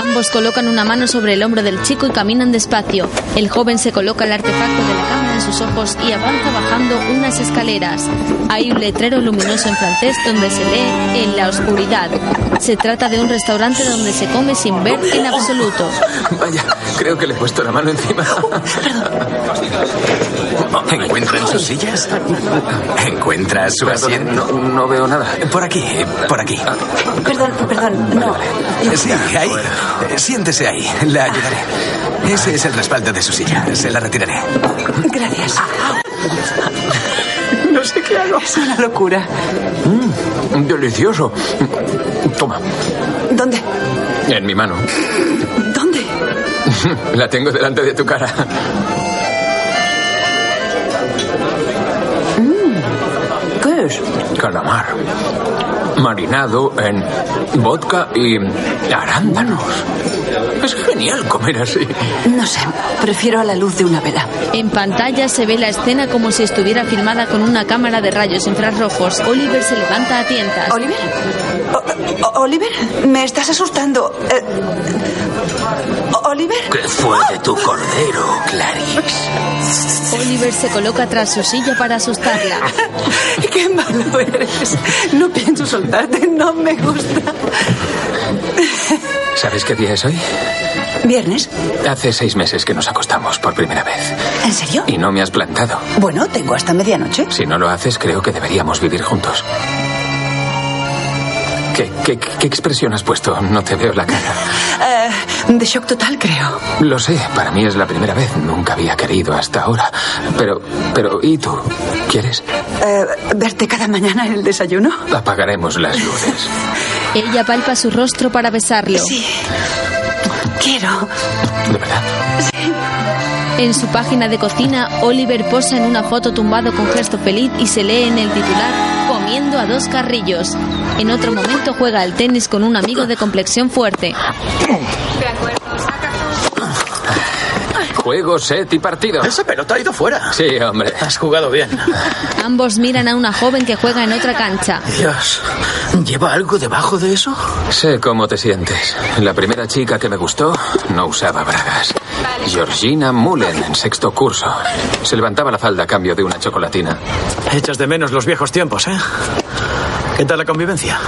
Speaker 1: Ambos colocan una mano sobre el hombro del chico y caminan despacio. El joven se coloca el artefacto de la cámara en sus ojos y avanza bajando unas escaleras. Hay un letrero luminoso en francés donde se lee en la oscuridad. Se trata de un restaurante donde se come sin ver en absoluto.
Speaker 6: Vaya, creo que le he puesto la mano encima.
Speaker 8: Uh,
Speaker 18: ¿Encuentran sus sillas? ¿Encuentra su asiento?
Speaker 6: No, no veo nada.
Speaker 18: Por aquí, por aquí.
Speaker 8: Perdón, perdón, no.
Speaker 18: Sí, ahí. Siéntese ahí. La ayudaré. Ese es el respaldo de su silla. Se la retiraré.
Speaker 8: Gracias.
Speaker 18: No sé qué hago.
Speaker 8: Es una locura.
Speaker 6: Mm, delicioso. Toma,
Speaker 8: ¿Dónde?
Speaker 6: en mi mano.
Speaker 8: ¿Dónde?
Speaker 6: La tengo delante de tu cara.
Speaker 8: Mm. ¿Qué es?
Speaker 6: Calamar. Marinado en vodka y arándanos. Es genial comer así.
Speaker 8: No sé. Prefiero a la luz de una vela.
Speaker 1: En pantalla se ve la escena como si estuviera filmada con una cámara de rayos infrarrojos. Oliver se levanta a tientas.
Speaker 8: ¿Oliver? O- o- Oliver, me estás asustando. Eh, o- Oliver.
Speaker 11: ¿Qué fue de tu cordero, Clarice?
Speaker 1: Oliver se coloca tras su silla para asustarla.
Speaker 8: Qué malo eres. No pienso soltarte, no me gusta.
Speaker 6: ¿Sabes qué día es hoy?
Speaker 8: ¿Viernes?
Speaker 6: Hace seis meses que nos acostamos por primera vez.
Speaker 8: ¿En serio?
Speaker 6: Y no me has plantado.
Speaker 8: Bueno, tengo hasta medianoche.
Speaker 6: Si no lo haces, creo que deberíamos vivir juntos. ¿Qué, qué, qué expresión has puesto? No te veo la cara.
Speaker 8: Eh, de shock total, creo.
Speaker 6: Lo sé, para mí es la primera vez. Nunca había querido hasta ahora. Pero, pero, ¿y tú? ¿Quieres?
Speaker 8: Eh, ¿Verte cada mañana en el desayuno?
Speaker 6: Apagaremos las luces.
Speaker 1: Ella palpa su rostro para besarlo.
Speaker 8: Quiero.
Speaker 6: ¿De verdad?
Speaker 1: En su página de cocina, Oliver posa en una foto tumbado con gesto feliz y se lee en el titular comiendo a dos carrillos. En otro momento juega al tenis con un amigo de complexión fuerte.
Speaker 6: Juego, set y partido.
Speaker 7: Esa pelota ha ido fuera.
Speaker 6: Sí, hombre.
Speaker 7: Has jugado bien.
Speaker 1: Ambos miran a una joven que juega en otra cancha.
Speaker 7: Dios. ¿Lleva algo debajo de eso?
Speaker 6: Sé cómo te sientes. La primera chica que me gustó no usaba bragas. Georgina Mullen, en sexto curso. Se levantaba la falda a cambio de una chocolatina.
Speaker 7: Echas de menos los viejos tiempos, ¿eh? ¿Qué tal la convivencia?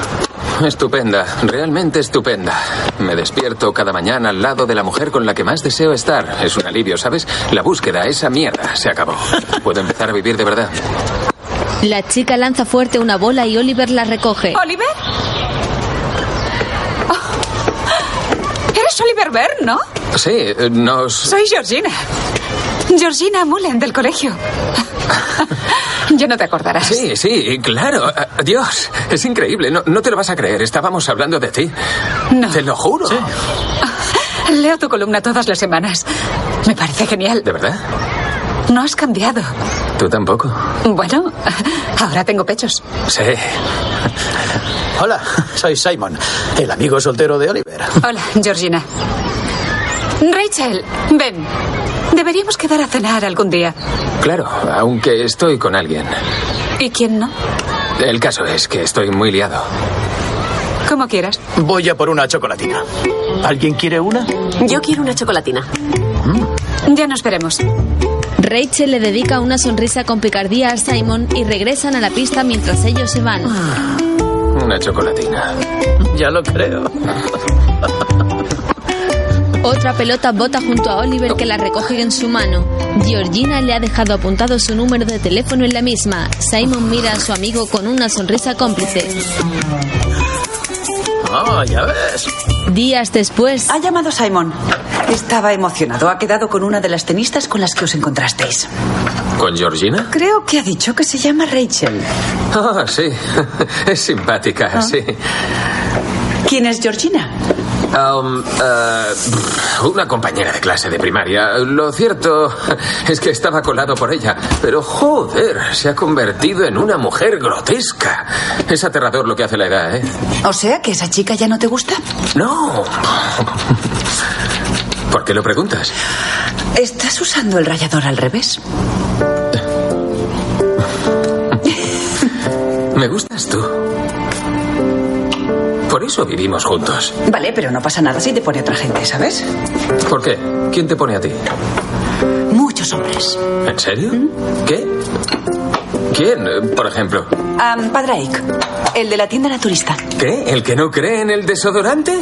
Speaker 6: Estupenda, realmente estupenda. Me despierto cada mañana al lado de la mujer con la que más deseo estar. Es un alivio, ¿sabes? La búsqueda, esa mierda, se acabó. Puedo empezar a vivir de verdad.
Speaker 1: La chica lanza fuerte una bola y Oliver la recoge.
Speaker 19: ¿Oliver? Eres Oliver Bern, ¿no?
Speaker 6: Sí, eh, nos...
Speaker 19: Soy Georgina. Georgina Mullen, del colegio. ya no te acordarás.
Speaker 6: Sí, sí, claro. Ah, Dios, es increíble. No, no te lo vas a creer. Estábamos hablando de ti. Te lo juro.
Speaker 19: Leo tu columna todas las semanas. Me parece genial.
Speaker 6: ¿De verdad?
Speaker 19: No has cambiado.
Speaker 6: Tú tampoco.
Speaker 19: Bueno, ahora tengo pechos.
Speaker 6: Sí.
Speaker 7: Hola, soy Simon, el amigo soltero de Oliver.
Speaker 19: Hola, Georgina. Rachel, ven. Deberíamos quedar a cenar algún día.
Speaker 6: Claro, aunque estoy con alguien.
Speaker 19: ¿Y quién no?
Speaker 6: El caso es que estoy muy liado.
Speaker 19: Como quieras.
Speaker 7: Voy a por una chocolatina. ¿Alguien quiere una?
Speaker 19: Yo quiero una chocolatina. Ya nos veremos.
Speaker 1: Rachel le dedica una sonrisa con picardía a Simon y regresan a la pista mientras ellos se van.
Speaker 6: Una chocolatina.
Speaker 7: Ya lo creo.
Speaker 1: Otra pelota bota junto a Oliver que la recoge en su mano. Georgina le ha dejado apuntado su número de teléfono en la misma. Simon mira a su amigo con una sonrisa cómplice.
Speaker 7: Ah, Oh, ya ves.
Speaker 1: Días después.
Speaker 8: Ha llamado Simon. Estaba emocionado. Ha quedado con una de las tenistas con las que os encontrasteis.
Speaker 6: ¿Con Georgina?
Speaker 8: Creo que ha dicho que se llama Rachel.
Speaker 6: Ah, sí. Es simpática, sí.
Speaker 8: ¿Quién es Georgina?
Speaker 6: Um, eh, una compañera de clase de primaria. Lo cierto es que estaba colado por ella. Pero joder, se ha convertido en una mujer grotesca. Es aterrador lo que hace la edad, ¿eh?
Speaker 8: O sea que esa chica ya no te gusta.
Speaker 6: No. ¿Por qué lo preguntas?
Speaker 8: ¿Estás usando el rallador al revés?
Speaker 6: Me gustas tú. Por eso vivimos juntos.
Speaker 8: Vale, pero no pasa nada si te pone otra gente, ¿sabes?
Speaker 6: ¿Por qué? ¿Quién te pone a ti?
Speaker 8: Muchos hombres.
Speaker 6: ¿En serio? ¿Qué? ¿Quién, eh, por ejemplo?
Speaker 8: Am, Padre Ike, el de la tienda naturista.
Speaker 6: ¿Qué? ¿El que no cree en el desodorante?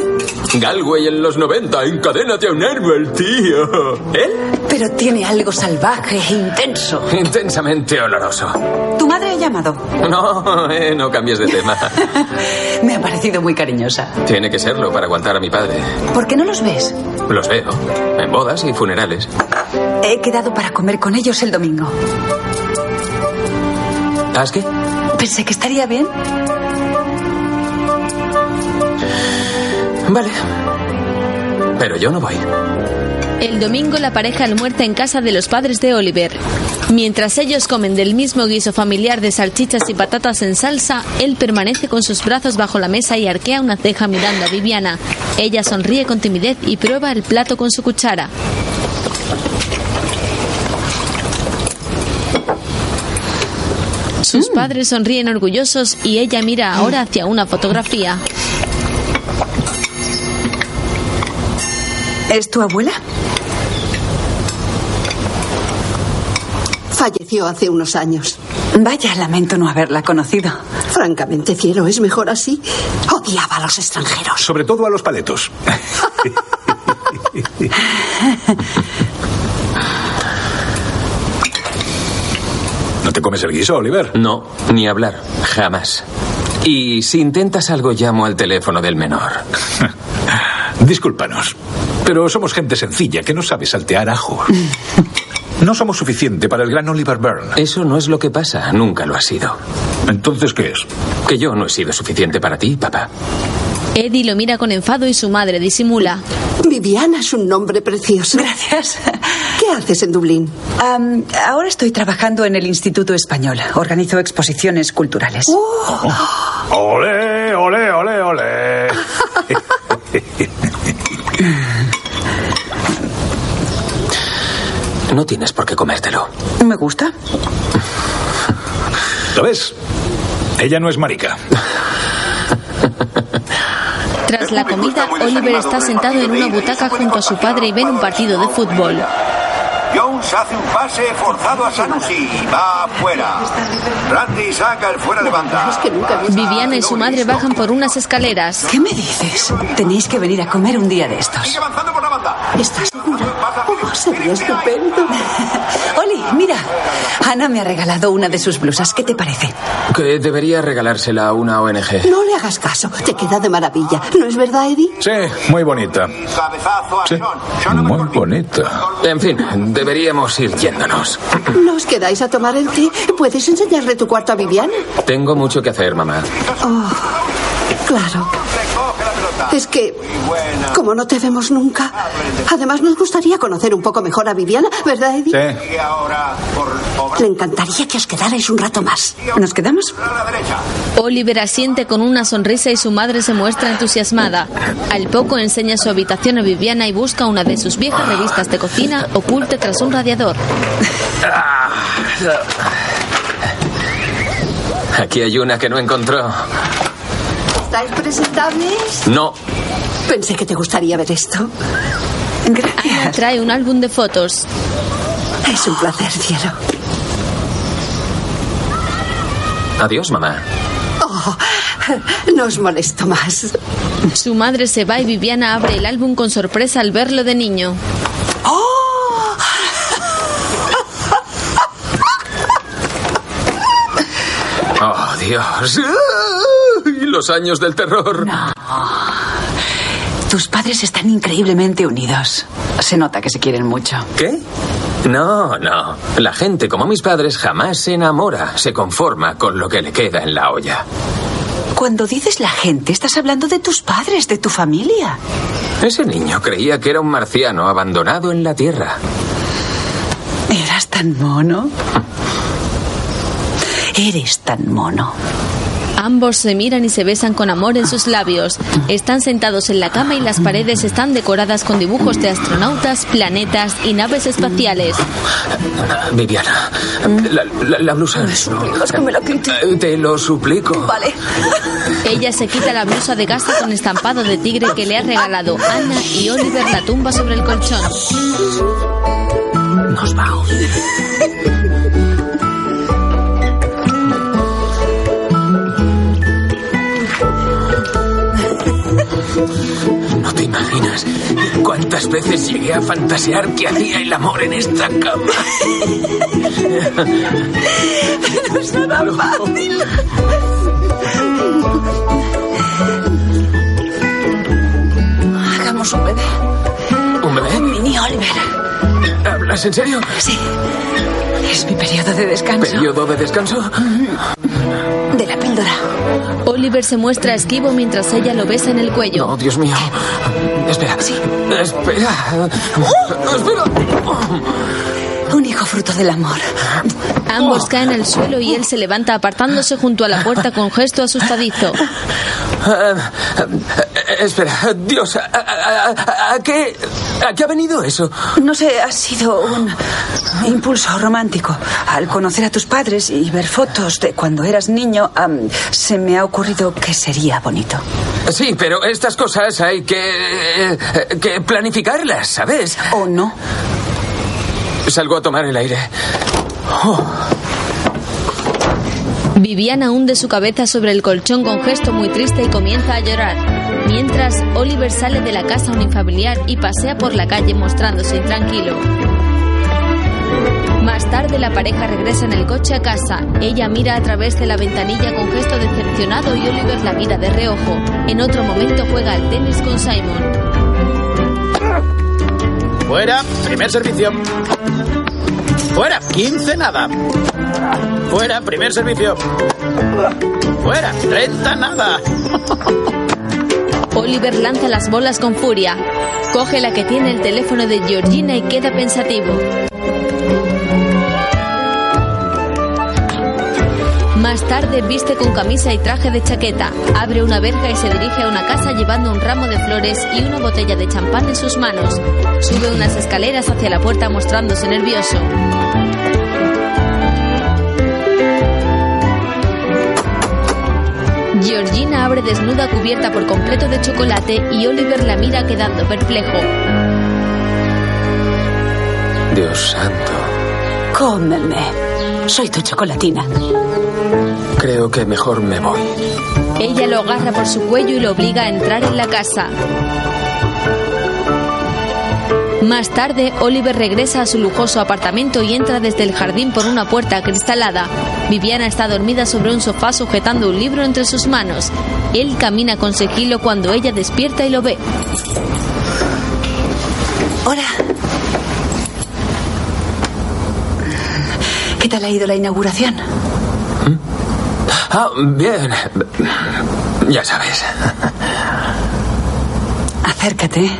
Speaker 6: Galway en los 90, encadénate a un árbol, tío. ¿Él?
Speaker 8: Pero tiene algo salvaje e intenso.
Speaker 6: Intensamente oloroso.
Speaker 8: Tu madre ha llamado.
Speaker 6: No, eh, no cambies de tema.
Speaker 8: Me ha parecido muy cariñosa.
Speaker 6: Tiene que serlo para aguantar a mi padre.
Speaker 8: ¿Por qué no los ves?
Speaker 6: Los veo. En bodas y funerales.
Speaker 8: He quedado para comer con ellos el domingo.
Speaker 6: ¿Has qué?
Speaker 8: Pensé que estaría bien.
Speaker 6: Vale. Pero yo no voy.
Speaker 1: El domingo la pareja almuerza en casa de los padres de Oliver. Mientras ellos comen del mismo guiso familiar de salchichas y patatas en salsa, él permanece con sus brazos bajo la mesa y arquea una ceja mirando a Viviana. Ella sonríe con timidez y prueba el plato con su cuchara. Sus
Speaker 8: Mm.
Speaker 1: padres sonríen orgullosos y ella mira ahora hacia una fotografía.
Speaker 8: ¿Es tu abuela?
Speaker 5: Falleció hace unos años.
Speaker 8: Vaya, lamento no haberla conocido.
Speaker 5: Francamente, cielo, es mejor así. Odiaba a los extranjeros.
Speaker 10: Sobre todo a los paletos.
Speaker 6: ¿No te comes el guiso, Oliver? No, ni hablar. Jamás. Y si intentas algo, llamo al teléfono del menor.
Speaker 20: Discúlpanos, pero somos gente sencilla que no sabe saltear ajo. No somos suficiente para el gran Oliver Byrne.
Speaker 6: Eso no es lo que pasa, nunca lo ha sido.
Speaker 20: Entonces, ¿qué es?
Speaker 6: Que yo no he sido suficiente para ti, papá.
Speaker 1: Eddie lo mira con enfado y su madre disimula.
Speaker 5: Viviana es un nombre precioso.
Speaker 8: Gracias.
Speaker 5: ¿Qué haces en Dublín?
Speaker 8: Am, ahora estoy trabajando en el Instituto Español. Organizo exposiciones culturales.
Speaker 5: Oh.
Speaker 10: ¡Ole, ole, ole, ole!
Speaker 6: No tienes por qué comértelo.
Speaker 8: Me gusta.
Speaker 20: ¿Lo ves? Ella no es marica.
Speaker 1: Tras la comida, Oliver está sentado en una butaca junto a su padre y ven un partido de fútbol.
Speaker 13: Jones hace un pase forzado a Sanusi. Va afuera. Randy saca el fuera de banda.
Speaker 1: Viviana y su madre bajan por unas escaleras.
Speaker 8: ¿Qué me dices? Tenéis que venir a comer un día de estos. ¿Estás segura? Oh, sería estupendo. Oli, mira. Ana me ha regalado una de sus blusas. ¿Qué te parece?
Speaker 6: Que debería regalársela a una ONG.
Speaker 5: No le hagas caso, te queda de maravilla. ¿No es verdad, Eddie?
Speaker 20: Sí, muy bonita. Sí, muy bonita.
Speaker 6: En fin, deberíamos ir yéndonos.
Speaker 5: ¿No os quedáis a tomar el té? ¿Puedes enseñarle tu cuarto a Viviana?
Speaker 6: Tengo mucho que hacer, mamá.
Speaker 5: Oh, claro. Es que, como no te vemos nunca, además nos gustaría conocer un poco mejor a Viviana, ¿verdad, Eddie?
Speaker 13: Sigue ahora por obra.
Speaker 5: Le encantaría que os quedarais un rato más.
Speaker 8: ¿Nos quedamos?
Speaker 1: Oliver asiente con una sonrisa y su madre se muestra entusiasmada. Al poco enseña su habitación a Viviana y busca una de sus viejas revistas de cocina oculta tras un radiador.
Speaker 6: Aquí hay una que no encontró.
Speaker 5: ¿Estáis presentables?
Speaker 6: No.
Speaker 5: Pensé que te gustaría ver esto.
Speaker 1: Ana Ah, trae un álbum de fotos.
Speaker 5: Es un placer, cielo.
Speaker 6: Adiós, mamá.
Speaker 5: Oh, no os molesto más.
Speaker 1: Su madre se va y Viviana abre el álbum con sorpresa al verlo de niño.
Speaker 8: ¡Oh!
Speaker 6: Oh, Dios. ¡Ah! Y Los años del terror.
Speaker 19: Tus padres están increíblemente unidos. Se nota que se quieren mucho.
Speaker 6: ¿Qué? No, no. La gente como mis padres jamás se enamora, se conforma con lo que le queda en la olla.
Speaker 19: Cuando dices la gente, estás hablando de tus padres, de tu familia.
Speaker 6: Ese niño creía que era un marciano abandonado en la Tierra.
Speaker 19: Eras tan mono. Eres tan mono.
Speaker 1: Ambos se miran y se besan con amor en sus labios. Están sentados en la cama y las paredes están decoradas con dibujos de astronautas, planetas y naves espaciales.
Speaker 6: Viviana, la, la- la blusa. Eh, Te lo suplico. Vale.
Speaker 1: Ella se quita la blusa de gasa con estampado de tigre que le ha regalado Ana y Oliver la tumba sobre el colchón.
Speaker 6: Nos vamos. No te imaginas cuántas veces llegué a fantasear que hacía el amor en esta cama.
Speaker 3: No es nada fácil.
Speaker 19: Hagamos un bebé.
Speaker 6: ¿Un bebé?
Speaker 19: Mini Oliver.
Speaker 6: ¿Hablas en serio?
Speaker 19: Sí. Es mi periodo de descanso.
Speaker 6: ¿Periodo de descanso?
Speaker 19: De la píldora.
Speaker 1: Oliver se muestra esquivo mientras ella lo besa en el cuello.
Speaker 6: Oh, Dios mío. Espera. Espera.
Speaker 8: ¡Oh!
Speaker 6: espera.
Speaker 19: Un hijo fruto del amor.
Speaker 1: Ambos caen al suelo y él se levanta apartándose junto a la puerta con gesto asustadizo.
Speaker 8: Eh,
Speaker 6: Ah, ah, espera, Dios, eh, ¿a, a- a- a qué, ¿a qué ha venido eso?
Speaker 8: No sé, ha sido un impulso romántico. Al conocer a tus padres y ver fotos de cuando eras niño, am, se me ha ocurrido que sería bonito.
Speaker 6: eh, Sí, pero estas cosas hay que, eh, que planificarlas, ¿sabes?
Speaker 8: ¿O no?
Speaker 6: Salgo a tomar el aire. Oh,
Speaker 1: Viviana hunde su cabeza sobre el colchón con gesto muy triste y comienza a llorar. Mientras Oliver sale de la casa unifamiliar y pasea por la calle mostrándose intranquilo. Más tarde la pareja regresa en el coche a casa. Ella mira a través de la ventanilla con gesto decepcionado y Oliver la mira de reojo. En otro momento juega al tenis con Simon.
Speaker 7: Fuera, primer servicio. Fuera, quincenada. Fuera, primer servicio. Fuera, 30 nada.
Speaker 1: Oliver lanza las bolas con furia. Coge la que tiene el teléfono de Georgina y queda pensativo. Más tarde viste con camisa y traje de chaqueta, abre una verja y se dirige a una casa llevando un ramo de flores y una botella de champán en sus manos. Sube unas escaleras hacia la puerta mostrándose nervioso. Georgina abre desnuda cubierta por completo de chocolate y Oliver la mira quedando perplejo.
Speaker 6: Dios santo.
Speaker 19: Cómeme. Soy tu chocolatina.
Speaker 6: Creo que mejor me voy.
Speaker 1: Ella lo agarra por su cuello y lo obliga a entrar en la casa. Más tarde, Oliver regresa a su lujoso apartamento y entra desde el jardín por una puerta acristalada. Viviana está dormida sobre un sofá sujetando un libro entre sus manos. Él camina con sigilo cuando ella despierta y lo ve.
Speaker 19: Hola. ¿Qué tal ha ido la inauguración?
Speaker 6: Ah, bien. Ya sabes.
Speaker 19: Acércate.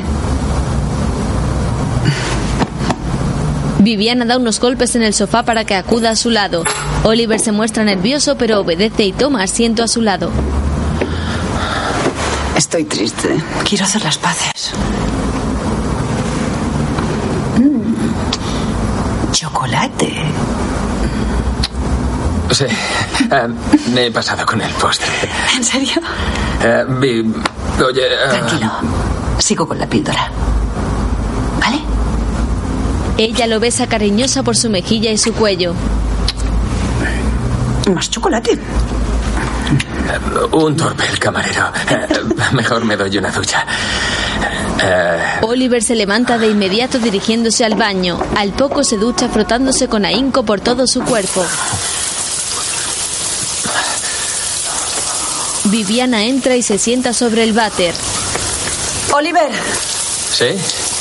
Speaker 1: Viviana da unos golpes en el sofá para que acuda a su lado. Oliver se muestra nervioso pero obedece y toma asiento a su lado.
Speaker 19: Estoy triste. Quiero hacer las paces. Mm. Chocolate.
Speaker 6: Sí. ah, me he pasado con el postre.
Speaker 19: ¿En serio?
Speaker 6: Ah, vi- oye. ah,
Speaker 19: Sigo con la píldora.
Speaker 1: Ella lo besa cariñosa por su mejilla y su cuello.
Speaker 8: Más chocolate.
Speaker 6: eh, Un torpe el camarero. Eh, Mejor me doy una ducha. Eh,
Speaker 1: Oliver se levanta de inmediato dirigiéndose al baño. Al poco se ducha frotándose con ahínco por todo su cuerpo. Viviana entra y se sienta sobre el váter.
Speaker 8: Oliver,
Speaker 21: ¿Sí?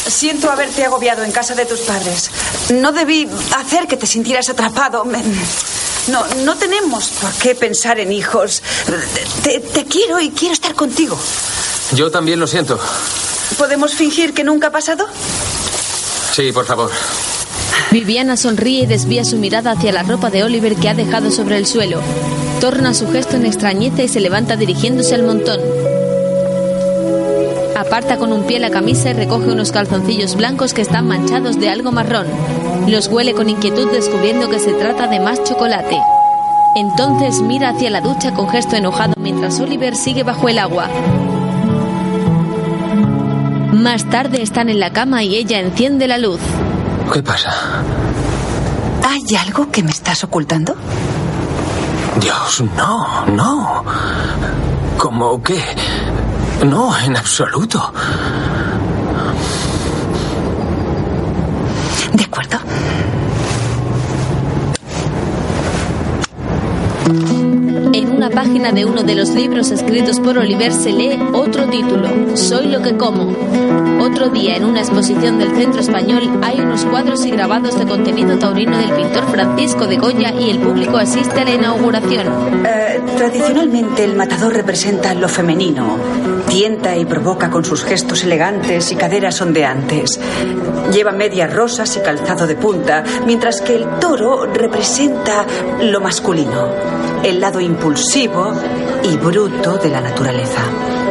Speaker 8: siento haberte agobiado en casa de tus padres. No debí hacer que te sintieras atrapado. Me- No, no tenemos por qué pensar en hijos. Te, te quiero y quiero estar contigo.
Speaker 6: Yo también lo siento.
Speaker 8: ¿Podemos fingir que nunca ha pasado?
Speaker 6: Sí, por favor.
Speaker 1: Viviana sonríe y desvía su mirada hacia la ropa de Oliver que ha dejado sobre el suelo. Torna su gesto en extrañeza y se levanta dirigiéndose al montón. Aparta con un pie la camisa y recoge unos calzoncillos blancos que están manchados de algo marrón. Los huele con inquietud descubriendo que se trata de más chocolate. Entonces mira hacia la ducha con gesto enojado mientras Oliver sigue bajo el agua. Más tarde están en la cama y ella enciende la luz.
Speaker 6: ¿Qué pasa?
Speaker 22: ¿Hay algo que me estás ocultando?
Speaker 6: Dios, no, no. ¿Cómo qué? No, en absoluto.
Speaker 22: De acuerdo.
Speaker 1: En una página de uno de los libros escritos por Oliver se lee otro título, Soy lo que como. Otro día, en una exposición del Centro Español, hay unos cuadros y grabados de contenido taurino del pintor Francisco de Goya y el público asiste a la inauguración.
Speaker 8: Eh, tradicionalmente el matador representa lo femenino. Tienta y provoca con sus gestos elegantes y caderas ondeantes. Lleva medias rosas y calzado de punta, mientras que el toro representa lo masculino, el lado impulsivo y bruto de la naturaleza.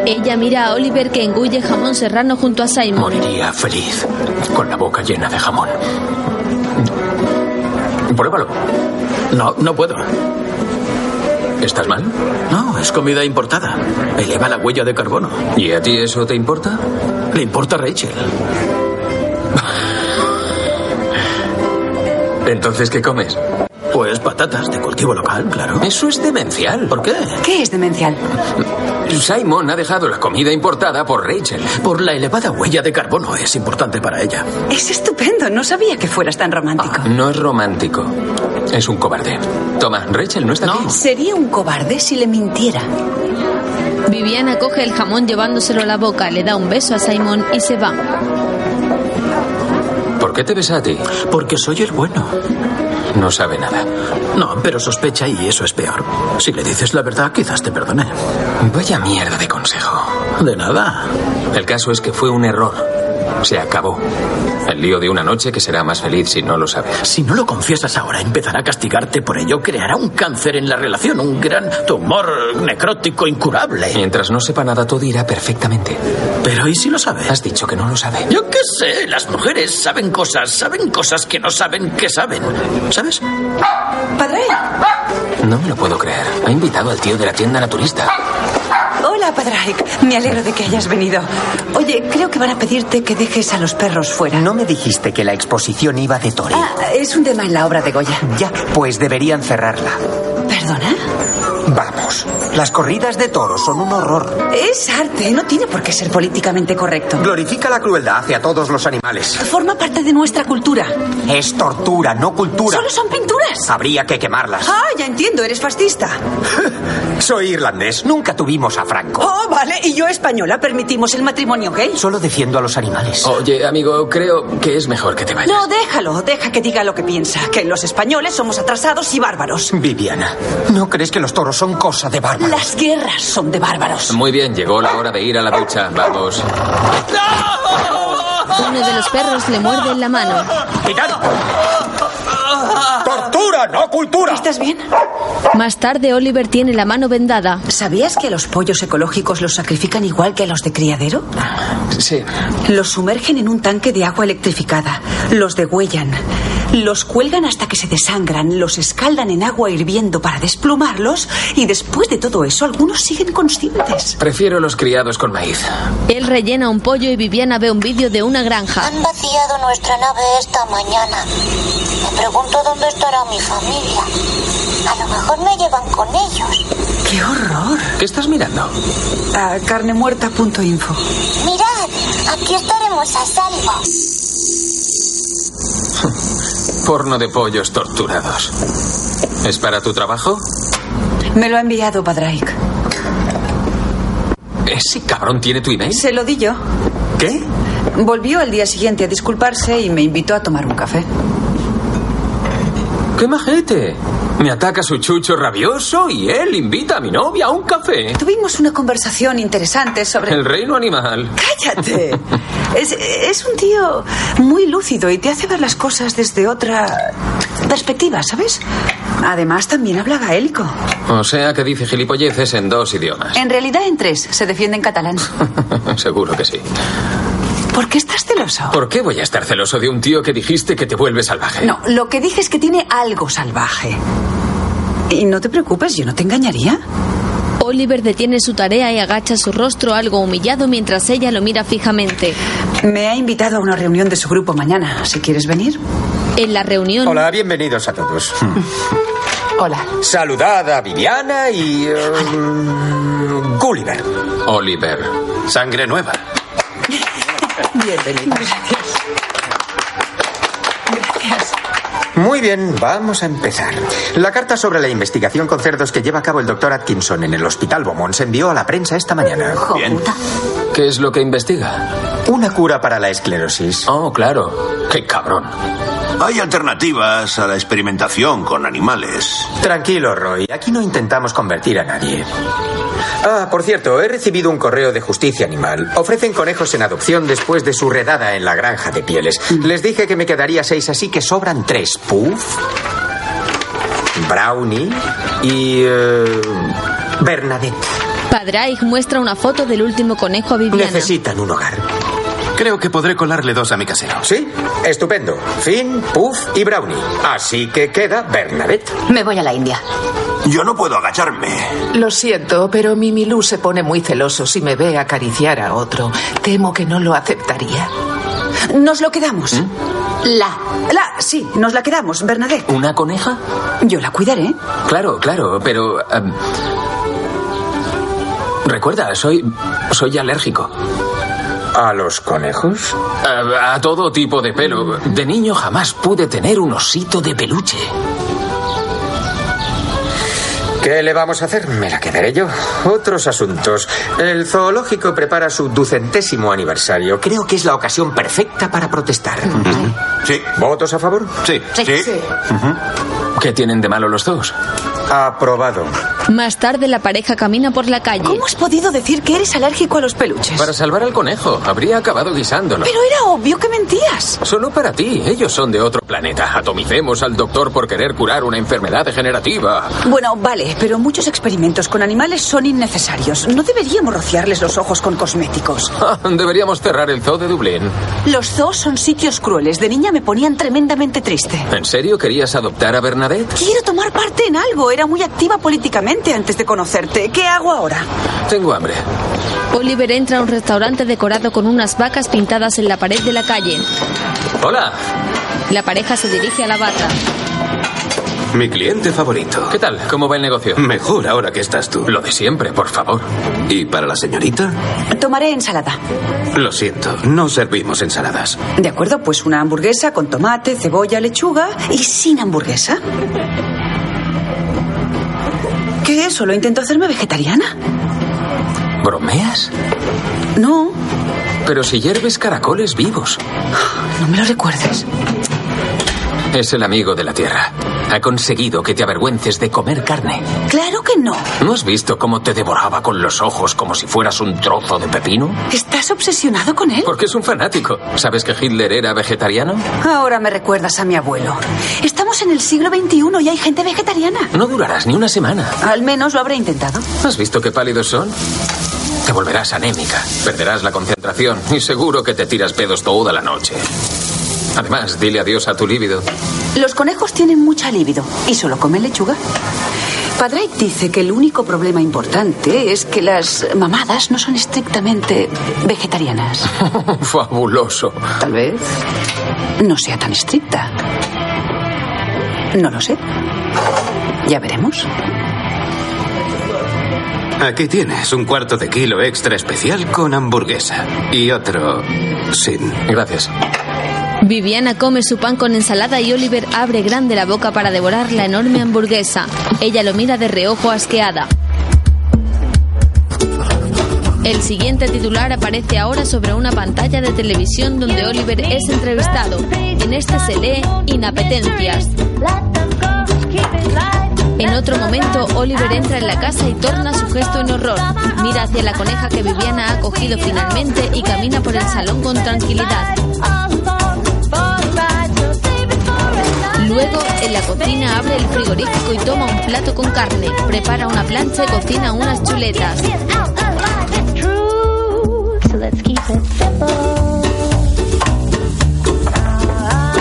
Speaker 1: Ella mira a Oliver que engulle jamón serrano junto a Simon.
Speaker 6: Moriría feliz con la boca llena de jamón. Pruébalo.
Speaker 23: No, no puedo.
Speaker 6: ¿Estás mal?
Speaker 23: No, es comida importada. Eleva la huella de carbono.
Speaker 6: ¿Y a ti eso te importa?
Speaker 23: Le importa a Rachel.
Speaker 6: Entonces, ¿qué comes?
Speaker 23: Pues patatas de cultivo local, claro.
Speaker 6: Eso es demencial.
Speaker 23: ¿Por qué?
Speaker 22: ¿Qué es demencial?
Speaker 6: Simon ha dejado la comida importada por Rachel.
Speaker 23: Por la elevada huella de carbono es importante para ella.
Speaker 8: Es estupendo, no sabía que fueras tan romántico.
Speaker 6: Ah, No es romántico. Es un cobarde. Toma, Rachel no está aquí.
Speaker 8: Sería un cobarde si le mintiera.
Speaker 1: Viviana coge el jamón llevándoselo a la boca, le da un beso a Simon y se va.
Speaker 6: ¿Por qué te ves a ti?
Speaker 23: Porque soy el bueno.
Speaker 6: No sabe nada.
Speaker 23: No, pero sospecha y eso es peor. Si le dices la verdad, quizás te perdone.
Speaker 6: Vaya mierda de consejo.
Speaker 23: De nada.
Speaker 6: El caso es que fue un error. Se acabó. El lío de una noche que será más feliz si no lo sabe.
Speaker 23: Si no lo confiesas ahora, empezará a castigarte por ello. Creará un cáncer en la relación, un gran tumor necrótico incurable.
Speaker 6: Mientras no sepa nada, todo irá perfectamente.
Speaker 23: Pero ¿y si lo sabes?
Speaker 6: Has dicho que no lo sabe.
Speaker 23: Yo qué sé, las mujeres saben cosas, saben cosas que no saben que saben. ¿Sabes?
Speaker 8: Padre.
Speaker 6: No me lo puedo creer. Ha invitado al tío de la tienda naturista.
Speaker 8: Hola, Padraic. Me alegro de que hayas venido. Oye, creo que van a pedirte que dejes a los perros fuera.
Speaker 5: No me dijiste que la exposición iba de Tori.
Speaker 8: Ah, es un tema en la obra de Goya.
Speaker 5: Ya, pues deberían cerrarla.
Speaker 8: ¿Perdona?
Speaker 5: Vamos, las corridas de toros son un horror.
Speaker 8: Es arte, no tiene por qué ser políticamente correcto.
Speaker 5: Glorifica la crueldad hacia todos los animales.
Speaker 8: Forma parte de nuestra cultura.
Speaker 5: Es tortura, no cultura.
Speaker 8: Solo son pinturas.
Speaker 5: Habría que quemarlas.
Speaker 8: Ah, ya entiendo, eres fascista.
Speaker 5: Soy irlandés, nunca tuvimos a Franco.
Speaker 8: Oh, vale, y yo española permitimos el matrimonio gay.
Speaker 5: Solo defiendo a los animales.
Speaker 6: Oye, amigo, creo que es mejor que te vayas.
Speaker 8: No, déjalo, deja que diga lo que piensa, que los españoles somos atrasados y bárbaros.
Speaker 5: Viviana, ¿no crees que los toros son cosa de bárbaros?
Speaker 8: Las guerras son de bárbaros.
Speaker 6: Muy bien, llegó la hora de ir a la ducha. Vamos.
Speaker 1: Uno de los perros le muerde en la mano.
Speaker 24: ¡Tortura, no cultura!
Speaker 8: ¿Estás bien?
Speaker 1: Más tarde, Oliver tiene la mano vendada.
Speaker 8: ¿Sabías que a los pollos ecológicos los sacrifican igual que a los de criadero?
Speaker 6: Sí.
Speaker 8: Los sumergen en un tanque de agua electrificada, los degüellan, los cuelgan hasta que se desangran, los escaldan en agua hirviendo para desplumarlos y después de todo eso algunos siguen conscientes.
Speaker 6: Prefiero los criados con maíz.
Speaker 1: Él rellena un pollo y Viviana ve un vídeo de una granja.
Speaker 3: Han vaciado nuestra nave esta mañana. Me pregunto dónde estará mi familia. A lo mejor me llevan con ellos.
Speaker 8: ¡Qué horror!
Speaker 6: ¿Qué estás mirando?
Speaker 8: A carnemuerta.info.
Speaker 3: Mirad, aquí estaremos a salvo.
Speaker 6: Porno de pollos torturados. ¿Es para tu trabajo?
Speaker 8: Me lo ha enviado Padraic.
Speaker 6: ¿Ese cabrón tiene tu email?
Speaker 8: Se lo di yo.
Speaker 6: ¿Qué?
Speaker 8: Volvió al día siguiente a disculparse y me invitó a tomar un café.
Speaker 6: ¡Qué majete! Me ataca su chucho rabioso y él invita a mi novia a un café.
Speaker 8: Tuvimos una conversación interesante sobre...
Speaker 6: El reino animal.
Speaker 8: ¡Cállate! es, es un tío muy lúcido y te hace ver las cosas desde otra perspectiva, ¿sabes? Además, también habla gaélico.
Speaker 6: O sea que dice gilipolleces en dos idiomas.
Speaker 8: En realidad, en tres. Se defiende en catalán.
Speaker 6: Seguro que sí.
Speaker 8: ¿Por qué estás celoso?
Speaker 6: ¿Por qué voy a estar celoso de un tío que dijiste que te vuelve salvaje?
Speaker 8: No, lo que dije es que tiene algo salvaje. Y no te preocupes, yo no te engañaría.
Speaker 1: Oliver detiene su tarea y agacha su rostro algo humillado mientras ella lo mira fijamente.
Speaker 8: Me ha invitado a una reunión de su grupo mañana, si quieres venir.
Speaker 1: En la reunión...
Speaker 25: Hola, bienvenidos a todos.
Speaker 8: Hola.
Speaker 25: Saludad a Viviana y... eh, Gulliver.
Speaker 6: Oliver.
Speaker 25: Sangre nueva.
Speaker 8: Bienvenido. Gracias.
Speaker 25: Gracias. Muy bien, vamos a empezar. La carta sobre la investigación con cerdos que lleva a cabo el doctor Atkinson en el Hospital Beaumont se envió a la prensa esta mañana. Bien.
Speaker 6: ¿Qué es lo que investiga?
Speaker 25: Una cura para la esclerosis.
Speaker 6: Oh, claro. Qué cabrón.
Speaker 13: Hay alternativas a la experimentación con animales.
Speaker 25: Tranquilo, Roy. Aquí no intentamos convertir a nadie. Ah, por cierto, he recibido un correo de justicia animal. Ofrecen conejos en adopción después de su redada en la granja de pieles. Les dije que me quedaría seis, así que sobran tres. Puff, Brownie y... eh, Bernadette.
Speaker 1: Padraig muestra una foto del último conejo a Viviana.
Speaker 25: Necesitan un hogar.
Speaker 17: Creo que podré colarle dos a mi casero.
Speaker 25: Sí, estupendo. Finn, Puff y Brownie. Así que queda Bernadette.
Speaker 26: Me voy a la India.
Speaker 13: Yo no puedo agacharme.
Speaker 5: Lo siento, pero Mimilú se pone muy celoso si me ve acariciar a otro. Temo que no lo aceptaría.
Speaker 8: Nos lo quedamos. La. La, sí, nos la quedamos, Bernadette.
Speaker 6: ¿Una coneja?
Speaker 8: Yo la cuidaré.
Speaker 6: Claro, claro, pero... em, recuerda, soy... soy alérgico.
Speaker 25: ¿A los conejos?
Speaker 6: A, todo tipo de pelo. De niño jamás pude tener un osito de peluche.
Speaker 25: ¿Qué le vamos a hacer? Me la quedaré yo. Otros asuntos. El zoológico prepara su ducentésimo aniversario. Creo que es la ocasión perfecta para protestar.
Speaker 13: Sí.
Speaker 25: ¿Votos a favor?
Speaker 13: Sí. Sí.
Speaker 6: ¿Qué tienen de malo los dos?
Speaker 25: Aprobado.
Speaker 1: Más tarde la pareja camina por la calle.
Speaker 8: ¿Cómo has podido decir que eres alérgico a los peluches?
Speaker 6: Para salvar al conejo, habría acabado guisándolo.
Speaker 8: Pero era obvio que mentías.
Speaker 6: Solo para ti, ellos son de otro planeta. Atomicemos al doctor por querer curar una enfermedad degenerativa.
Speaker 8: Bueno, vale, pero muchos experimentos con animales son innecesarios. No deberíamos rociarles los ojos con cosméticos.
Speaker 6: Ah, Deberíamos cerrar el zoo de Dublín.
Speaker 8: Los zoos son sitios crueles. De niña me ponían tremendamente triste.
Speaker 6: ¿En serio querías adoptar a Bernadette?
Speaker 8: Quiero tomar parte en algo. Era muy activa políticamente antes de conocerte. ¿Qué hago ahora?
Speaker 6: Tengo hambre.
Speaker 1: Oliver entra a un restaurante decorado con unas vacas pintadas en la pared de la calle.
Speaker 6: Hola,
Speaker 1: La pareja se dirige a la bata.
Speaker 17: Mi cliente favorito.
Speaker 6: ¿qué tal? ¿Cómo va el negocio?
Speaker 17: Mejor ahora que estás tú.
Speaker 6: Lo de siempre, por favor.
Speaker 17: ¿Y para la señorita?
Speaker 8: Tomaré ensalada.
Speaker 17: Lo siento, no servimos ensaladas.
Speaker 8: De acuerdo, pues una hamburguesa con tomate, cebolla, lechuga y sin hamburguesa. ¿Qué es? ¿Solo intento hacerme vegetariana?
Speaker 6: ¿Bromeas?
Speaker 8: No,
Speaker 6: Pero si hierves caracoles vivos.
Speaker 8: no me lo recuerdes.
Speaker 6: Es el amigo de la tierra. Ha conseguido que te avergüences de comer carne.
Speaker 8: Claro que no.
Speaker 6: ¿No has visto cómo te devoraba con los ojos como si fueras un trozo de pepino?
Speaker 8: ¿Estás obsesionado con él?
Speaker 6: Porque es un fanático. ¿Sabes que Hitler era vegetariano?
Speaker 8: Ahora me recuerdas a mi abuelo. Estamos en el siglo XXI y hay gente vegetariana.
Speaker 6: No durarás ni una semana.
Speaker 8: Al menos lo habré intentado.
Speaker 6: ¿Has visto qué pálidos son? Te volverás anémica, perderás la concentración y seguro que te tiras pedos toda la noche. Además, dile adiós a tu líbido.
Speaker 8: Los conejos tienen mucha libido y solo comen lechuga. Padraic dice que el único problema importante es que las mamadas no son estrictamente vegetarianas.
Speaker 6: Fabuloso.
Speaker 8: Tal vez no sea tan estricta. No lo sé. Ya veremos.
Speaker 17: Aquí tienes un cuarto de kilo extra especial con hamburguesa y otro sin.
Speaker 6: Gracias.
Speaker 1: Viviana come su pan con ensalada y Oliver abre grande la boca para devorar la enorme hamburguesa. Ella lo mira de reojo asqueada. El siguiente titular aparece ahora sobre una pantalla de televisión donde Oliver es entrevistado. En este se lee inapetencias. En otro momento, Oliver entra en la casa y torna su gesto en horror. Mira hacia la coneja que Viviana ha cogido finalmente y camina por el salón con tranquilidad. Luego, en la cocina abre el frigorífico y toma un plato con carne, prepara una plancha y cocina unas chuletas.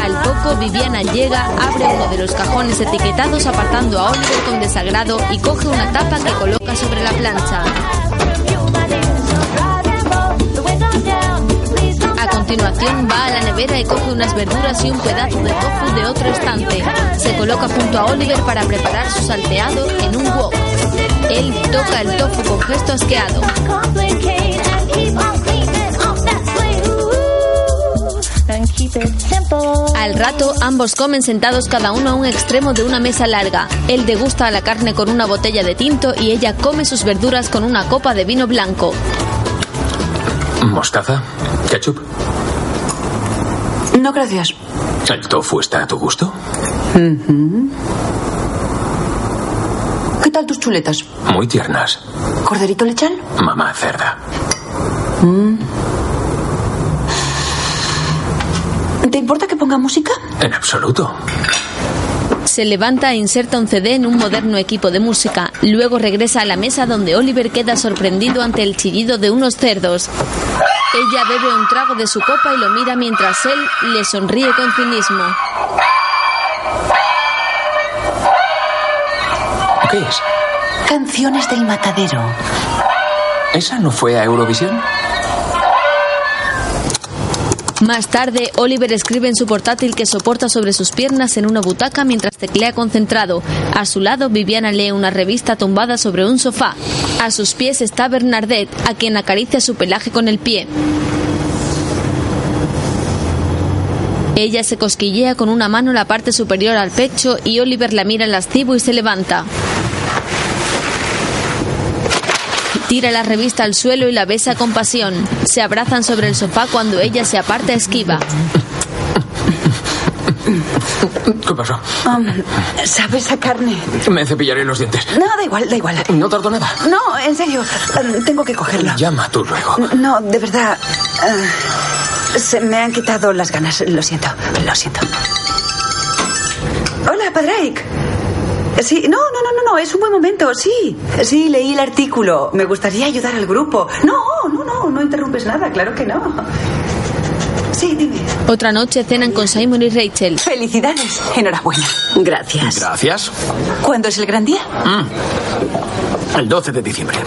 Speaker 1: Al poco, Viviana llega, abre uno de los cajones etiquetados apartando a Oliver con desagrado y coge una tapa que coloca sobre la plancha. A continuación va a la nevera y coge unas verduras y un pedazo de tofu de otro estante. Se coloca junto a Oliver para preparar su salteado en un wok. Él toca el tofu con gesto asqueado. Al rato, ambos comen sentados cada uno a un extremo de una mesa larga. Él degusta la carne con una botella de tinto y ella come sus verduras con una copa de vino blanco.
Speaker 6: ¿Mostaza? ¿Ketchup?
Speaker 27: No, gracias.
Speaker 6: ¿El tofu está a tu gusto?
Speaker 27: ¿Qué tal tus chuletas?
Speaker 6: Muy tiernas.
Speaker 27: ¿Corderito lechal?
Speaker 6: Mamá cerda.
Speaker 27: Mm. ¿Te importa que ponga música?
Speaker 6: En absoluto.
Speaker 1: Se levanta e inserta un CD en un moderno equipo de música. Luego regresa a la mesa donde Oliver queda sorprendido ante el chillido de unos cerdos. Ella bebe un trago de su copa y lo mira mientras él le sonríe con cinismo.
Speaker 6: ¿Qué es?
Speaker 27: Canciones del matadero.
Speaker 6: ¿Esa no fue a Eurovisión?
Speaker 1: Más tarde, Oliver escribe en su portátil que soporta sobre sus piernas en una butaca mientras teclea concentrado. A su lado, Viviana lee una revista tumbada sobre un sofá. A sus pies está Bernadette, a quien acaricia su pelaje con el pie. Ella se cosquillea con una mano la parte superior al pecho y Oliver la mira lascivo y se levanta. Tira la revista al suelo y la besa con pasión. Se abrazan sobre el sofá cuando ella se aparta esquiva.
Speaker 6: ¿Qué pasó?
Speaker 27: ¿Sabes la carne?
Speaker 6: Me cepillaré los dientes.
Speaker 27: No, da igual, da igual.
Speaker 6: No tardo nada.
Speaker 27: No, en serio. Um, Tengo que cogerlo.
Speaker 6: Llama tú luego.
Speaker 27: No, de verdad. eh, se me han quitado las ganas. Lo siento, lo siento. Hola, Padraic. Sí, no, no, no, no, no, es un buen momento, sí. Sí, leí el artículo. Me gustaría ayudar al grupo. No, no, no, no interrumpes nada, claro que no. Sí, dime.
Speaker 1: Otra noche cenan con Simon y Rachel.
Speaker 27: Felicidades, enhorabuena. Gracias.
Speaker 6: Gracias.
Speaker 27: ¿Cuándo es el gran día?
Speaker 6: El 12 de diciembre.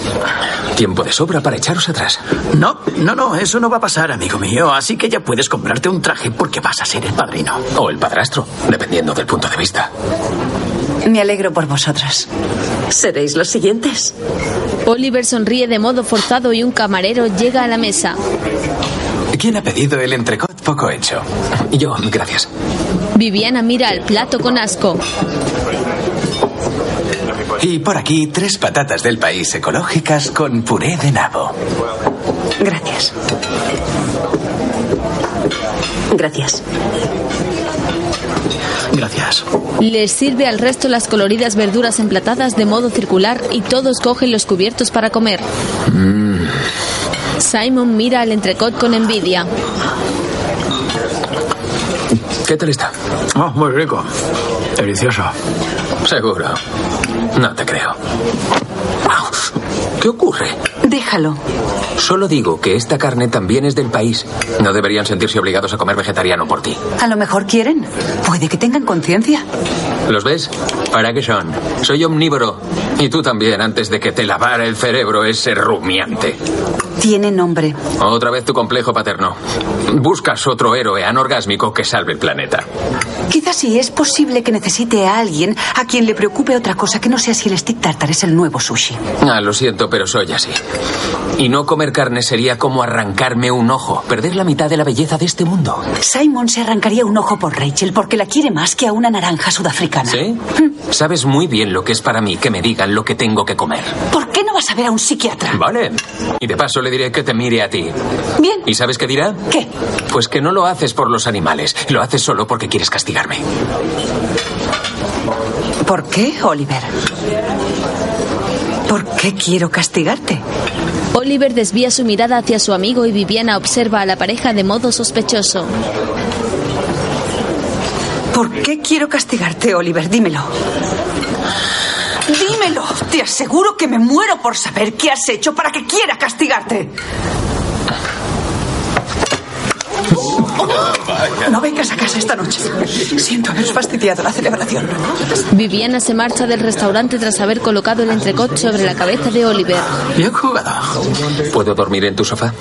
Speaker 6: Tiempo de sobra para echaros atrás.
Speaker 23: No, no, no, eso no va a pasar, amigo mío. Así que ya puedes comprarte un traje porque vas a ser el padrino.
Speaker 6: O el padrastro, dependiendo del punto de vista.
Speaker 27: Me alegro por vosotras.
Speaker 19: Seréis los siguientes.
Speaker 1: Oliver sonríe de modo forzado y un camarero llega a la mesa.
Speaker 18: ¿Quién ha pedido el entrecot poco hecho?
Speaker 6: Yo, gracias.
Speaker 1: Viviana mira al plato con asco.
Speaker 18: Y por aquí, tres patatas del país ecológicas con puré de nabo.
Speaker 27: Gracias.
Speaker 19: Gracias.
Speaker 23: Gracias.
Speaker 1: Les sirve al resto las coloridas verduras emplatadas de modo circular y todos cogen los cubiertos para comer. Simon mira al entrecot con envidia.
Speaker 6: ¿Qué tal está?
Speaker 23: Oh, muy rico. Delicioso.
Speaker 6: Seguro. No te creo. ¿Qué ocurre?
Speaker 27: Déjalo.
Speaker 6: Solo digo que esta carne también es del país. No deberían sentirse obligados a comer vegetariano por ti.
Speaker 27: A lo mejor quieren. Puede que tengan conciencia.
Speaker 6: ¿Los ves? ¿Para qué son? Soy omnívoro. Y tú también, antes de que te lavara el cerebro ese rumiante.
Speaker 8: Tiene nombre.
Speaker 6: Otra vez tu complejo paterno. Buscas otro héroe anorgásmico que salve el planeta.
Speaker 8: Quizás sí es posible que necesite a alguien a quien le preocupe otra cosa que no sea si el stick tartar es el nuevo sushi.
Speaker 6: Ah, lo siento, pero soy así. Y no comer carne sería como arrancarme un ojo, perder la mitad de la belleza de este mundo.
Speaker 8: Simon se arrancaría un ojo por Rachel porque la quiere más que a una naranja sudafricana.
Speaker 6: ¿Sí? Sabes muy bien lo que es para mí que me digan lo que tengo que comer.
Speaker 8: ¿Por qué no vas a ver a un psiquiatra?
Speaker 6: Vale. Y de paso le diré que te mire a ti.
Speaker 8: Bien.
Speaker 6: ¿Y sabes qué dirá?
Speaker 8: ¿Qué?
Speaker 6: Pues que no lo haces por los animales, lo haces solo porque quieres castigarme.
Speaker 8: ¿Por qué, Oliver? ¿Por qué quiero castigarte?
Speaker 1: Oliver desvía su mirada hacia su amigo y Viviana observa a la pareja de modo sospechoso.
Speaker 8: ¿Por qué quiero castigarte, Oliver? Dímelo. Dímelo. Te aseguro que me muero por saber qué has hecho para que quiera castigarte. No vengas a casa esta noche. Siento haberos fastidiado la celebración.
Speaker 1: Viviana se marcha del restaurante tras haber colocado el entrecot sobre la cabeza de Oliver.
Speaker 6: Bien jugado. ¿Puedo dormir en tu sofá?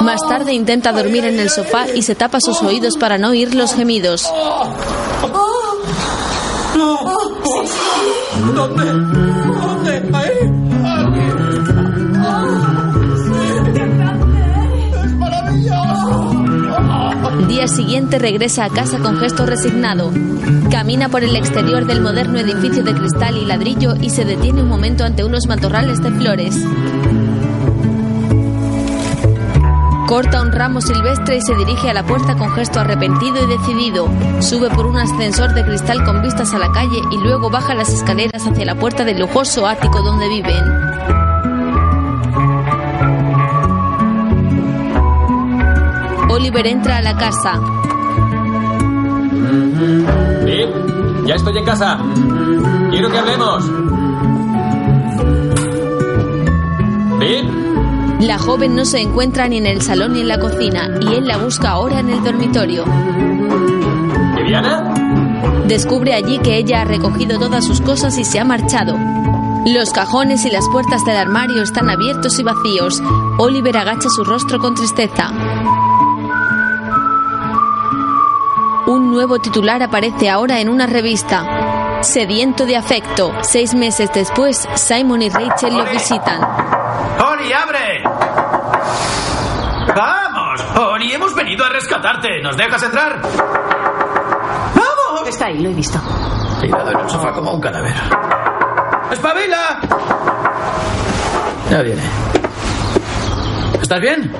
Speaker 1: Más tarde intenta dormir en el sofá y se tapa sus oídos para no oír los gemidos.
Speaker 3: ¿Dónde? ¿Dónde? ¡Es maravilloso!
Speaker 1: Día siguiente regresa a casa con gesto resignado. Camina por el exterior del moderno edificio de cristal y ladrillo y se detiene un momento ante unos matorrales de flores. Corta un ramo silvestre y se dirige a la puerta con gesto arrepentido y decidido. Sube por un ascensor de cristal con vistas a la calle y luego baja las escaleras hacia la puerta del lujoso ático donde viven. Oliver entra a la casa.
Speaker 23: Vic, ya estoy en casa. Quiero que hablemos. Vic.
Speaker 1: La joven no se encuentra ni en el salón ni en la cocina y él la busca ahora en el dormitorio.
Speaker 23: ¿Viviana?
Speaker 1: Descubre allí que ella ha recogido todas sus cosas y se ha marchado. Los cajones y las puertas del armario están abiertos y vacíos. Oliver agacha su rostro con tristeza. Un nuevo titular aparece ahora en una revista. Sediento de afecto. Seis meses después, Simon y Rachel lo visitan.
Speaker 23: ¡Oli, abre! ¡Vamos! Oli, hemos venido a rescatarte. ¿Nos dejas entrar? ¡Vamos!
Speaker 8: Está ahí, lo he visto.
Speaker 23: Tirado en el sofá como un cadáver. ¡Espabila! Ya viene. ¿Estás bien?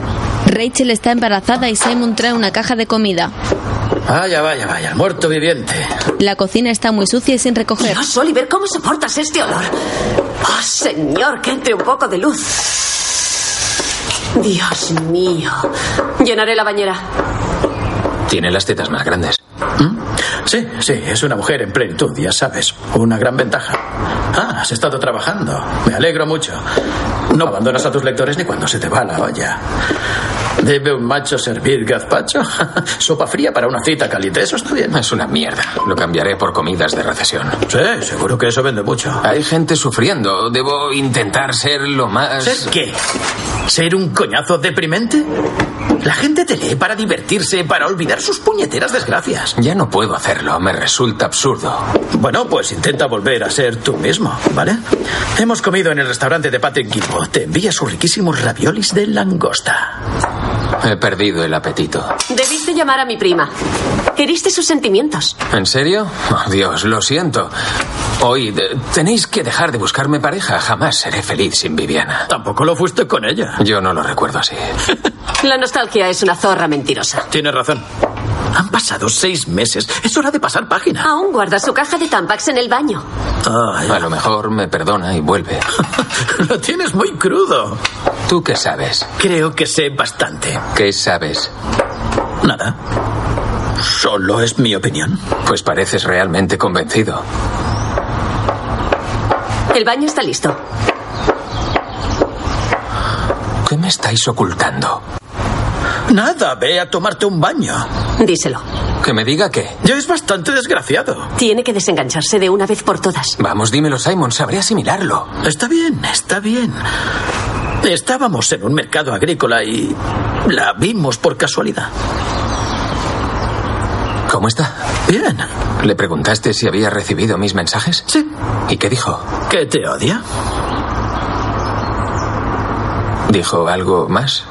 Speaker 1: Rachel está embarazada y Simon trae una caja de comida.
Speaker 23: Vaya, vaya, vaya. Muerto viviente.
Speaker 1: La cocina está muy sucia y sin recoger.
Speaker 5: Dios, Oliver, ¿cómo soportas este olor? Oh, señor, que entre un poco de luz. Dios mío. Llenaré la bañera.
Speaker 6: Tiene las tetas más grandes.
Speaker 23: ¿Mm? Sí, sí, es una mujer en plenitud, ya sabes. Una gran ventaja. Ah, has estado trabajando. Me alegro mucho. No abandonas a tus lectores ni cuando se te va la olla. ¿Debe un macho servir gazpacho? ¿Sopa fría para una cita caliente? Eso está bien.
Speaker 6: Es una mierda. Lo cambiaré por comidas de recesión.
Speaker 23: Sí, seguro que eso vende mucho.
Speaker 6: Hay gente sufriendo. Debo intentar ser lo más...
Speaker 23: ¿Ser qué? ¿Ser un coñazo deprimente? La gente te lee para divertirse, para olvidar sus puñeteras desgracias.
Speaker 6: Ya no puedo hacerlo. Me resulta absurdo.
Speaker 23: Bueno, pues intenta volver a ser tú mismo, ¿vale? Hemos comido en el restaurante de Patrick Gimbo. Te envía sus riquísimos raviolis de langosta.
Speaker 6: He perdido el apetito.
Speaker 5: Debiste llamar a mi prima. Heriste sus sentimientos.
Speaker 6: ¿En serio? Oh, Dios, lo siento. Oíd, eh, tenéis que dejar de buscarme pareja. Jamás seré feliz sin Viviana.
Speaker 23: Tampoco lo fuiste con ella.
Speaker 6: Yo no lo recuerdo así.
Speaker 5: La nostalgia es una zorra mentirosa.
Speaker 23: Tienes razón. Han pasado seis meses. Es hora de pasar página.
Speaker 5: Aún guarda su caja de Tampax en el baño.
Speaker 23: Ay,
Speaker 6: A lo mejor me perdona y vuelve.
Speaker 23: lo tienes muy crudo.
Speaker 6: ¿Tú qué sabes?
Speaker 23: Creo que sé bastante.
Speaker 6: ¿Qué sabes?
Speaker 23: Nada. Solo es mi opinión.
Speaker 6: Pues pareces realmente convencido.
Speaker 5: El baño está listo.
Speaker 6: ¿Qué me estáis ocultando?
Speaker 23: Nada, ve a tomarte un baño.
Speaker 5: Díselo.
Speaker 6: Que me diga qué.
Speaker 23: Ya es bastante desgraciado.
Speaker 5: Tiene que desengancharse de una vez por todas.
Speaker 6: Vamos, dímelo, Simon. Sabré asimilarlo.
Speaker 23: Está bien, está bien. Estábamos en un mercado agrícola y la vimos por casualidad.
Speaker 6: ¿Cómo está?
Speaker 23: Bien.
Speaker 6: ¿Le preguntaste si había recibido mis mensajes?
Speaker 23: Sí.
Speaker 6: ¿Y qué dijo?
Speaker 23: ¿Que te odia?
Speaker 6: ¿Dijo algo más?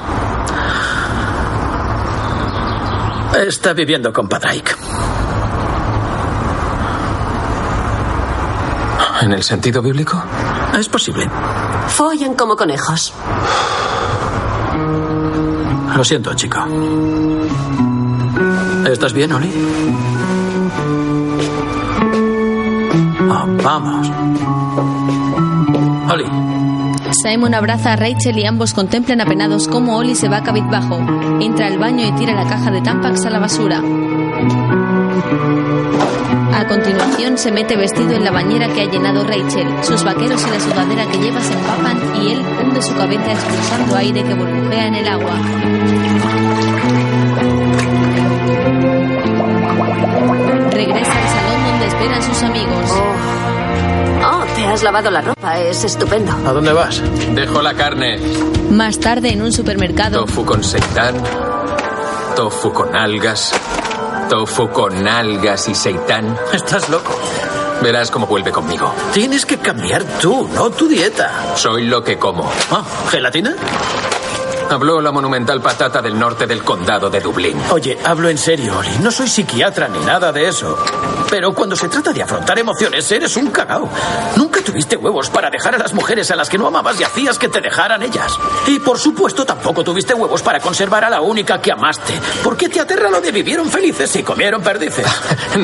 Speaker 23: Está viviendo con Padraic.
Speaker 6: ¿En el sentido bíblico?
Speaker 23: Es posible.
Speaker 14: Follan como conejos.
Speaker 23: Lo siento, chico. ¿Estás bien, Oli? Oh, vamos. Oli.
Speaker 1: Simon abraza a Rachel y ambos contemplan apenados cómo Oli se va cabizbajo. Entra al baño y tira la caja de Tampax a la basura. A continuación se mete vestido en la bañera que ha llenado Rachel. Sus vaqueros y la sudadera que lleva se empapan y él hunde su cabeza expulsando aire que burbujea en el agua. Regresa al salón donde esperan sus amigos.
Speaker 14: Oh, te has lavado la ropa, es estupendo.
Speaker 12: ¿A dónde vas?
Speaker 6: Dejo la carne.
Speaker 1: Más tarde en un supermercado,
Speaker 6: Tofu con seitán. Tofu con algas. Tofu con algas y seitán.
Speaker 23: Estás loco.
Speaker 6: Verás cómo vuelve conmigo.
Speaker 23: Tienes que cambiar tú, no tu dieta.
Speaker 6: Soy lo que como.
Speaker 23: Ah, ¿Gelatina?
Speaker 6: Habló la monumental patata del norte del condado de Dublín.
Speaker 23: Oye, hablo en serio, Ori. No soy psiquiatra ni nada de eso. Pero cuando se trata de afrontar emociones, eres un cagao. Nunca tuviste huevos para dejar a las mujeres a las que no amabas y hacías que te dejaran ellas. Y por supuesto, tampoco tuviste huevos para conservar a la única que amaste. ¿Por qué te aterra lo de vivieron felices y comieron perdices?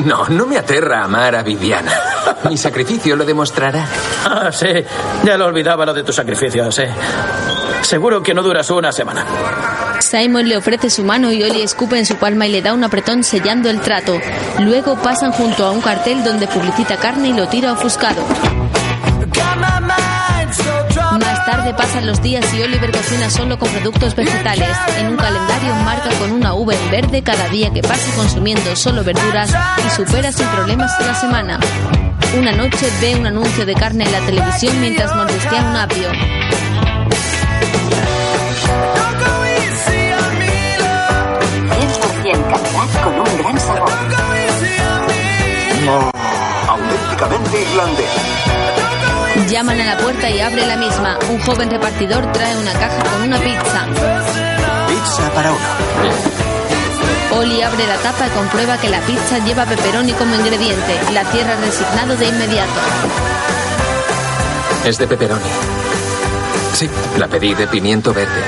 Speaker 6: No, no me aterra amar a Viviana. Mi sacrificio lo demostrará.
Speaker 23: Ah, sí. Ya lo olvidaba lo de tu sacrificio, sí. Seguro que no duras una semana.
Speaker 1: Simon le ofrece su mano y Oli escupe en su palma y le da un apretón sellando el trato. Luego pasan junto a un cartel donde publicita carne y lo tira ofuscado. Más tarde pasan los días y Oliver cocina solo con productos vegetales. En un calendario marca con una uva en verde cada día que pasa consumiendo solo verduras y supera sin problemas la semana. Una noche ve un anuncio de carne en la televisión mientras mordisquea un apio.
Speaker 16: calidad con un gran sabor.
Speaker 13: Auténticamente irlandés.
Speaker 1: Llaman a la puerta y abre la misma. Un joven repartidor trae una caja con una pizza.
Speaker 28: Pizza para uno.
Speaker 1: Oli abre la tapa y comprueba que la pizza lleva pepperoni como ingrediente. La tierra resignado de inmediato.
Speaker 6: Es de pepperoni.
Speaker 28: Sí.
Speaker 6: La pedí de pimiento verde.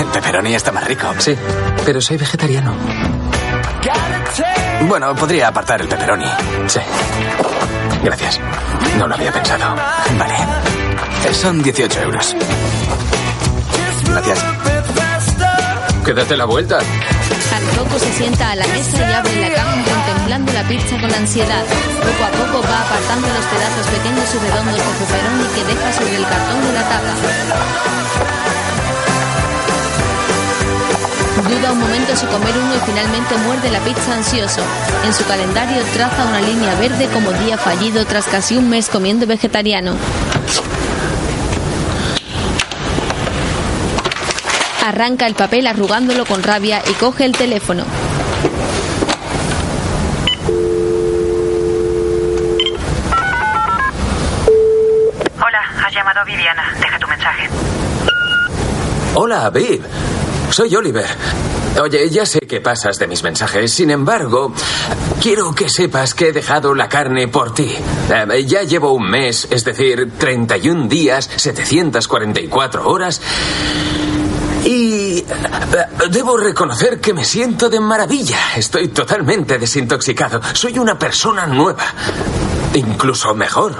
Speaker 28: El pepperoni está más rico.
Speaker 6: Sí, pero soy vegetariano.
Speaker 28: Bueno, podría apartar el pepperoni.
Speaker 6: Sí. Gracias. No lo había pensado.
Speaker 28: Vale. Eh, Son 18 euros. Gracias.
Speaker 6: Quédate la vuelta.
Speaker 1: Al poco se sienta a la mesa y abre la cama contemplando la pizza con ansiedad. Poco a poco va apartando los pedazos pequeños y redondos de pepperoni que deja sobre el cartón de la tapa. Duda un momento si comer uno y finalmente muerde la pizza ansioso. En su calendario traza una línea verde como día fallido tras casi un mes comiendo vegetariano. arranca el papel arrugándolo con rabia y coge el teléfono.
Speaker 10: Hola, has llamado a Viviana. Deja tu mensaje.
Speaker 6: Hola, Viv. Soy Oliver. Oye, ya sé que pasas de mis mensajes. Sin embargo, quiero que sepas que he dejado la carne por ti. Eh, ya llevo un mes, es decir, 31 días, 744 horas. Y eh, debo reconocer que me siento de maravilla. Estoy totalmente desintoxicado. Soy una persona nueva. Incluso mejor.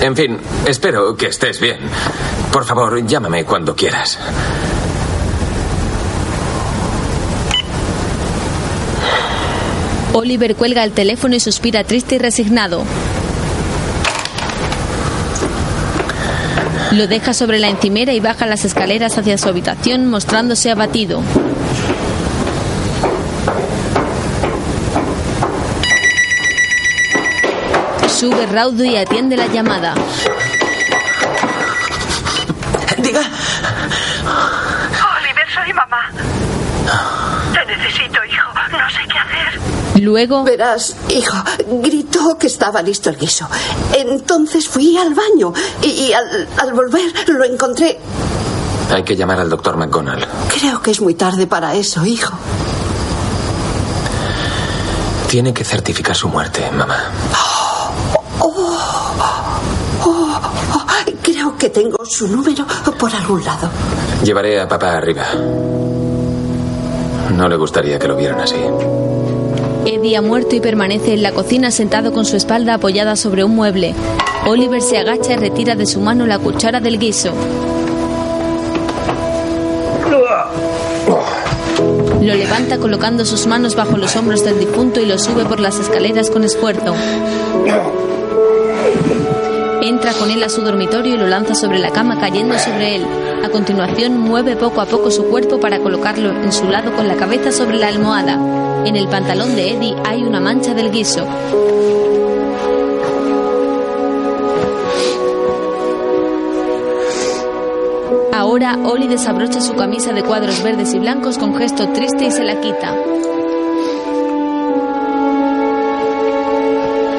Speaker 6: En fin, espero que estés bien. Por favor, llámame cuando quieras.
Speaker 1: Oliver cuelga el teléfono y suspira triste y resignado. Lo deja sobre la encimera y baja las escaleras hacia su habitación mostrándose abatido. Sube raudo y atiende la llamada.
Speaker 23: diga.
Speaker 10: Oliver, soy mamá. Te necesito, hijo. No sé qué hacer.
Speaker 1: Luego.
Speaker 5: Verás, hijo, gritó que estaba listo el guiso. Entonces fui al baño y, y al, al volver lo encontré.
Speaker 6: Hay que llamar al doctor McGonagall.
Speaker 5: Creo que es muy tarde para eso, hijo.
Speaker 6: Tiene que certificar su muerte, mamá.
Speaker 5: Oh, oh, creo que tengo su número por algún lado.
Speaker 6: Llevaré a papá arriba. No le gustaría que lo vieran así.
Speaker 1: Eddie ha muerto y permanece en la cocina sentado con su espalda apoyada sobre un mueble. Oliver se agacha y retira de su mano la cuchara del guiso. Lo levanta colocando sus manos bajo los hombros del difunto y lo sube por las escaleras con esfuerzo. Entra con él a su dormitorio y lo lanza sobre la cama cayendo sobre él. A continuación mueve poco a poco su cuerpo para colocarlo en su lado con la cabeza sobre la almohada. En el pantalón de Eddie hay una mancha del guiso. Ahora Oli desabrocha su camisa de cuadros verdes y blancos con gesto triste y se la quita.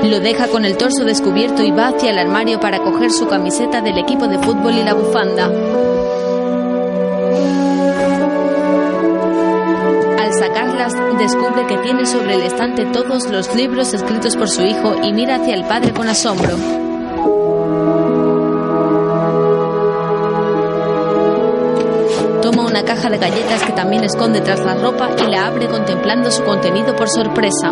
Speaker 1: Lo deja con el torso descubierto y va hacia el armario para coger su camiseta del equipo de fútbol y la bufanda. Al sacarlas, descubre que tiene sobre el estante todos los libros escritos por su hijo y mira hacia el padre con asombro. Toma una caja de galletas que también esconde tras la ropa y la abre contemplando su contenido por sorpresa.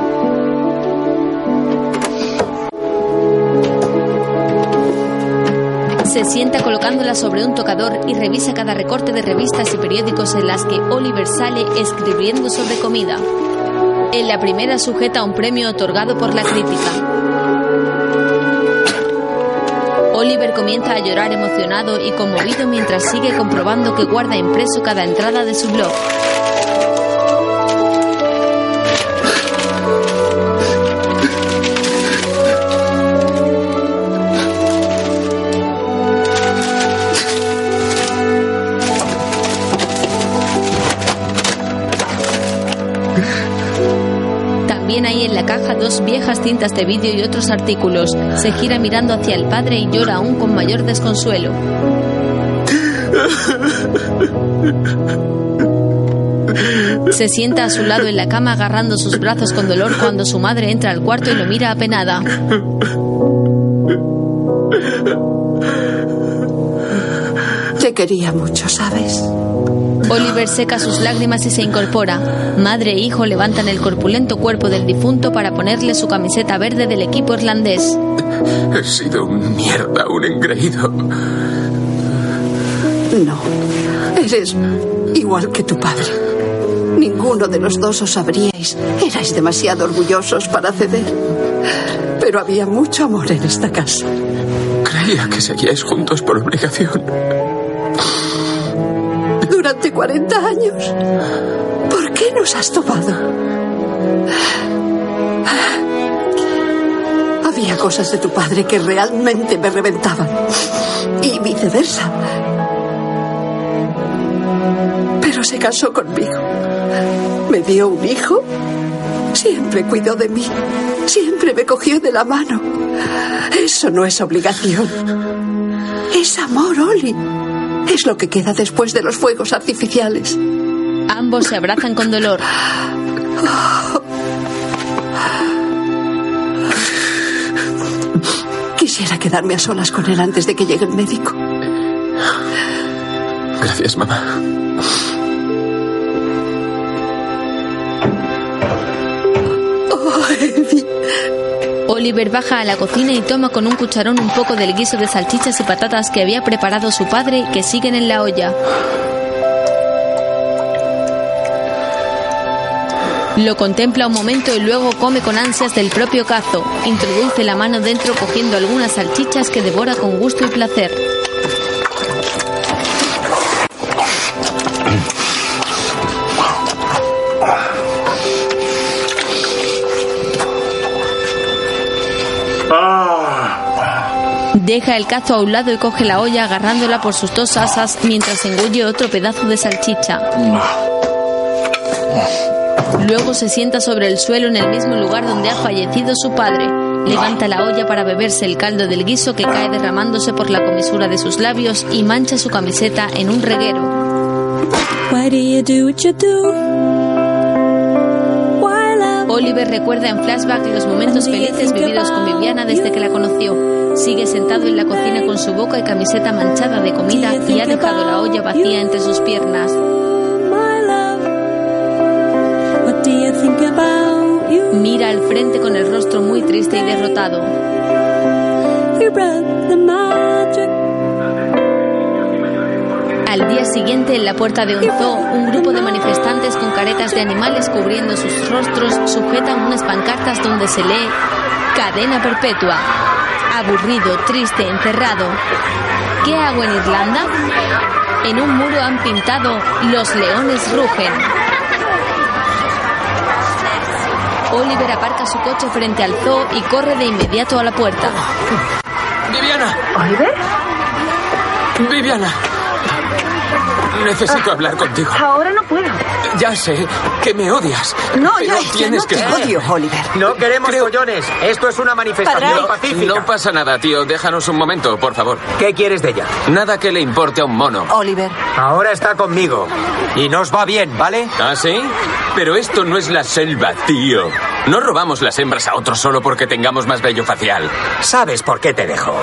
Speaker 1: Se sienta colocándola sobre un tocador y revisa cada recorte de revistas y periódicos en las que Oliver sale escribiendo sobre comida. En la primera sujeta un premio otorgado por la crítica. Oliver comienza a llorar emocionado y conmovido mientras sigue comprobando que guarda impreso cada entrada de su blog. También hay en la caja dos viejas cintas de vídeo y otros artículos. Se gira mirando hacia el padre y llora aún con mayor desconsuelo. Se sienta a su lado en la cama agarrando sus brazos con dolor cuando su madre entra al cuarto y lo mira apenada.
Speaker 5: Te quería mucho, ¿sabes?
Speaker 1: Oliver seca sus lágrimas y se incorpora. Madre e hijo levantan el corpulento cuerpo del difunto para ponerle su camiseta verde del equipo irlandés.
Speaker 6: He sido un mierda, un engreído.
Speaker 5: No. Eres igual que tu padre. Ninguno de los dos os abríais. Erais demasiado orgullosos para ceder. Pero había mucho amor en esta casa.
Speaker 6: Creía que seguíais juntos por obligación.
Speaker 5: Durante 40 años. ¿Por qué nos has tomado? Había cosas de tu padre que realmente me reventaban. Y viceversa. Pero se casó conmigo. Me dio un hijo. Siempre cuidó de mí. Siempre me cogió de la mano. Eso no es obligación. Es amor, Oli. Es lo que queda después de los fuegos artificiales.
Speaker 1: Ambos se abrazan con dolor.
Speaker 5: Quisiera quedarme a solas con él antes de que llegue el médico.
Speaker 6: Gracias, mamá.
Speaker 5: Oh, Eddie.
Speaker 1: Oliver baja a la cocina y toma con un cucharón un poco del guiso de salchichas y patatas que había preparado su padre y que siguen en la olla. Lo contempla un momento y luego come con ansias del propio cazo. Introduce la mano dentro cogiendo algunas salchichas que devora con gusto y placer. Deja el cazo a un lado y coge la olla agarrándola por sus dos asas mientras engulle otro pedazo de salchicha. Luego se sienta sobre el suelo en el mismo lugar donde ha fallecido su padre. Levanta la olla para beberse el caldo del guiso que cae derramándose por la comisura de sus labios y mancha su camiseta en un reguero.
Speaker 3: Why do you do what you do?
Speaker 1: Oliver recuerda en flashback los momentos felices vividos con Viviana desde que la conoció. Sigue sentado en la cocina con su boca y camiseta manchada de comida y ha dejado la olla vacía entre sus piernas.
Speaker 3: What do you think about you?
Speaker 1: Mira al frente con el rostro muy triste y derrotado.
Speaker 3: You broke the magic.
Speaker 1: Al día siguiente, en la puerta de un zoo, un grupo de manifestantes con caretas de animales cubriendo sus rostros sujetan unas pancartas donde se lee Cadena Perpetua. Aburrido, triste, encerrado. ¿Qué hago en Irlanda? En un muro han pintado Los leones rugen. Oliver aparca su coche frente al zoo y corre de inmediato a la puerta.
Speaker 29: Viviana,
Speaker 5: ¿Oliver?
Speaker 29: Viviana. Necesito hablar contigo.
Speaker 5: Ahora no puedo.
Speaker 29: Ya sé que me odias.
Speaker 8: No,
Speaker 29: pero
Speaker 8: ya, ya
Speaker 29: tienes
Speaker 8: no te
Speaker 29: que
Speaker 8: odio, Oliver.
Speaker 23: No queremos collones. Esto es una manifestación
Speaker 6: No,
Speaker 23: pacífica.
Speaker 6: no pasa nada, tío. Déjanos un momento, por favor.
Speaker 23: ¿Qué quieres de ella?
Speaker 6: Nada que le importe a un mono.
Speaker 8: Oliver.
Speaker 23: Ahora está conmigo. Y nos va bien, ¿vale?
Speaker 6: ¿Ah, sí? Pero esto no es la selva, tío. No robamos las hembras a otros solo porque tengamos más vello facial.
Speaker 23: ¿Sabes por qué te dejo?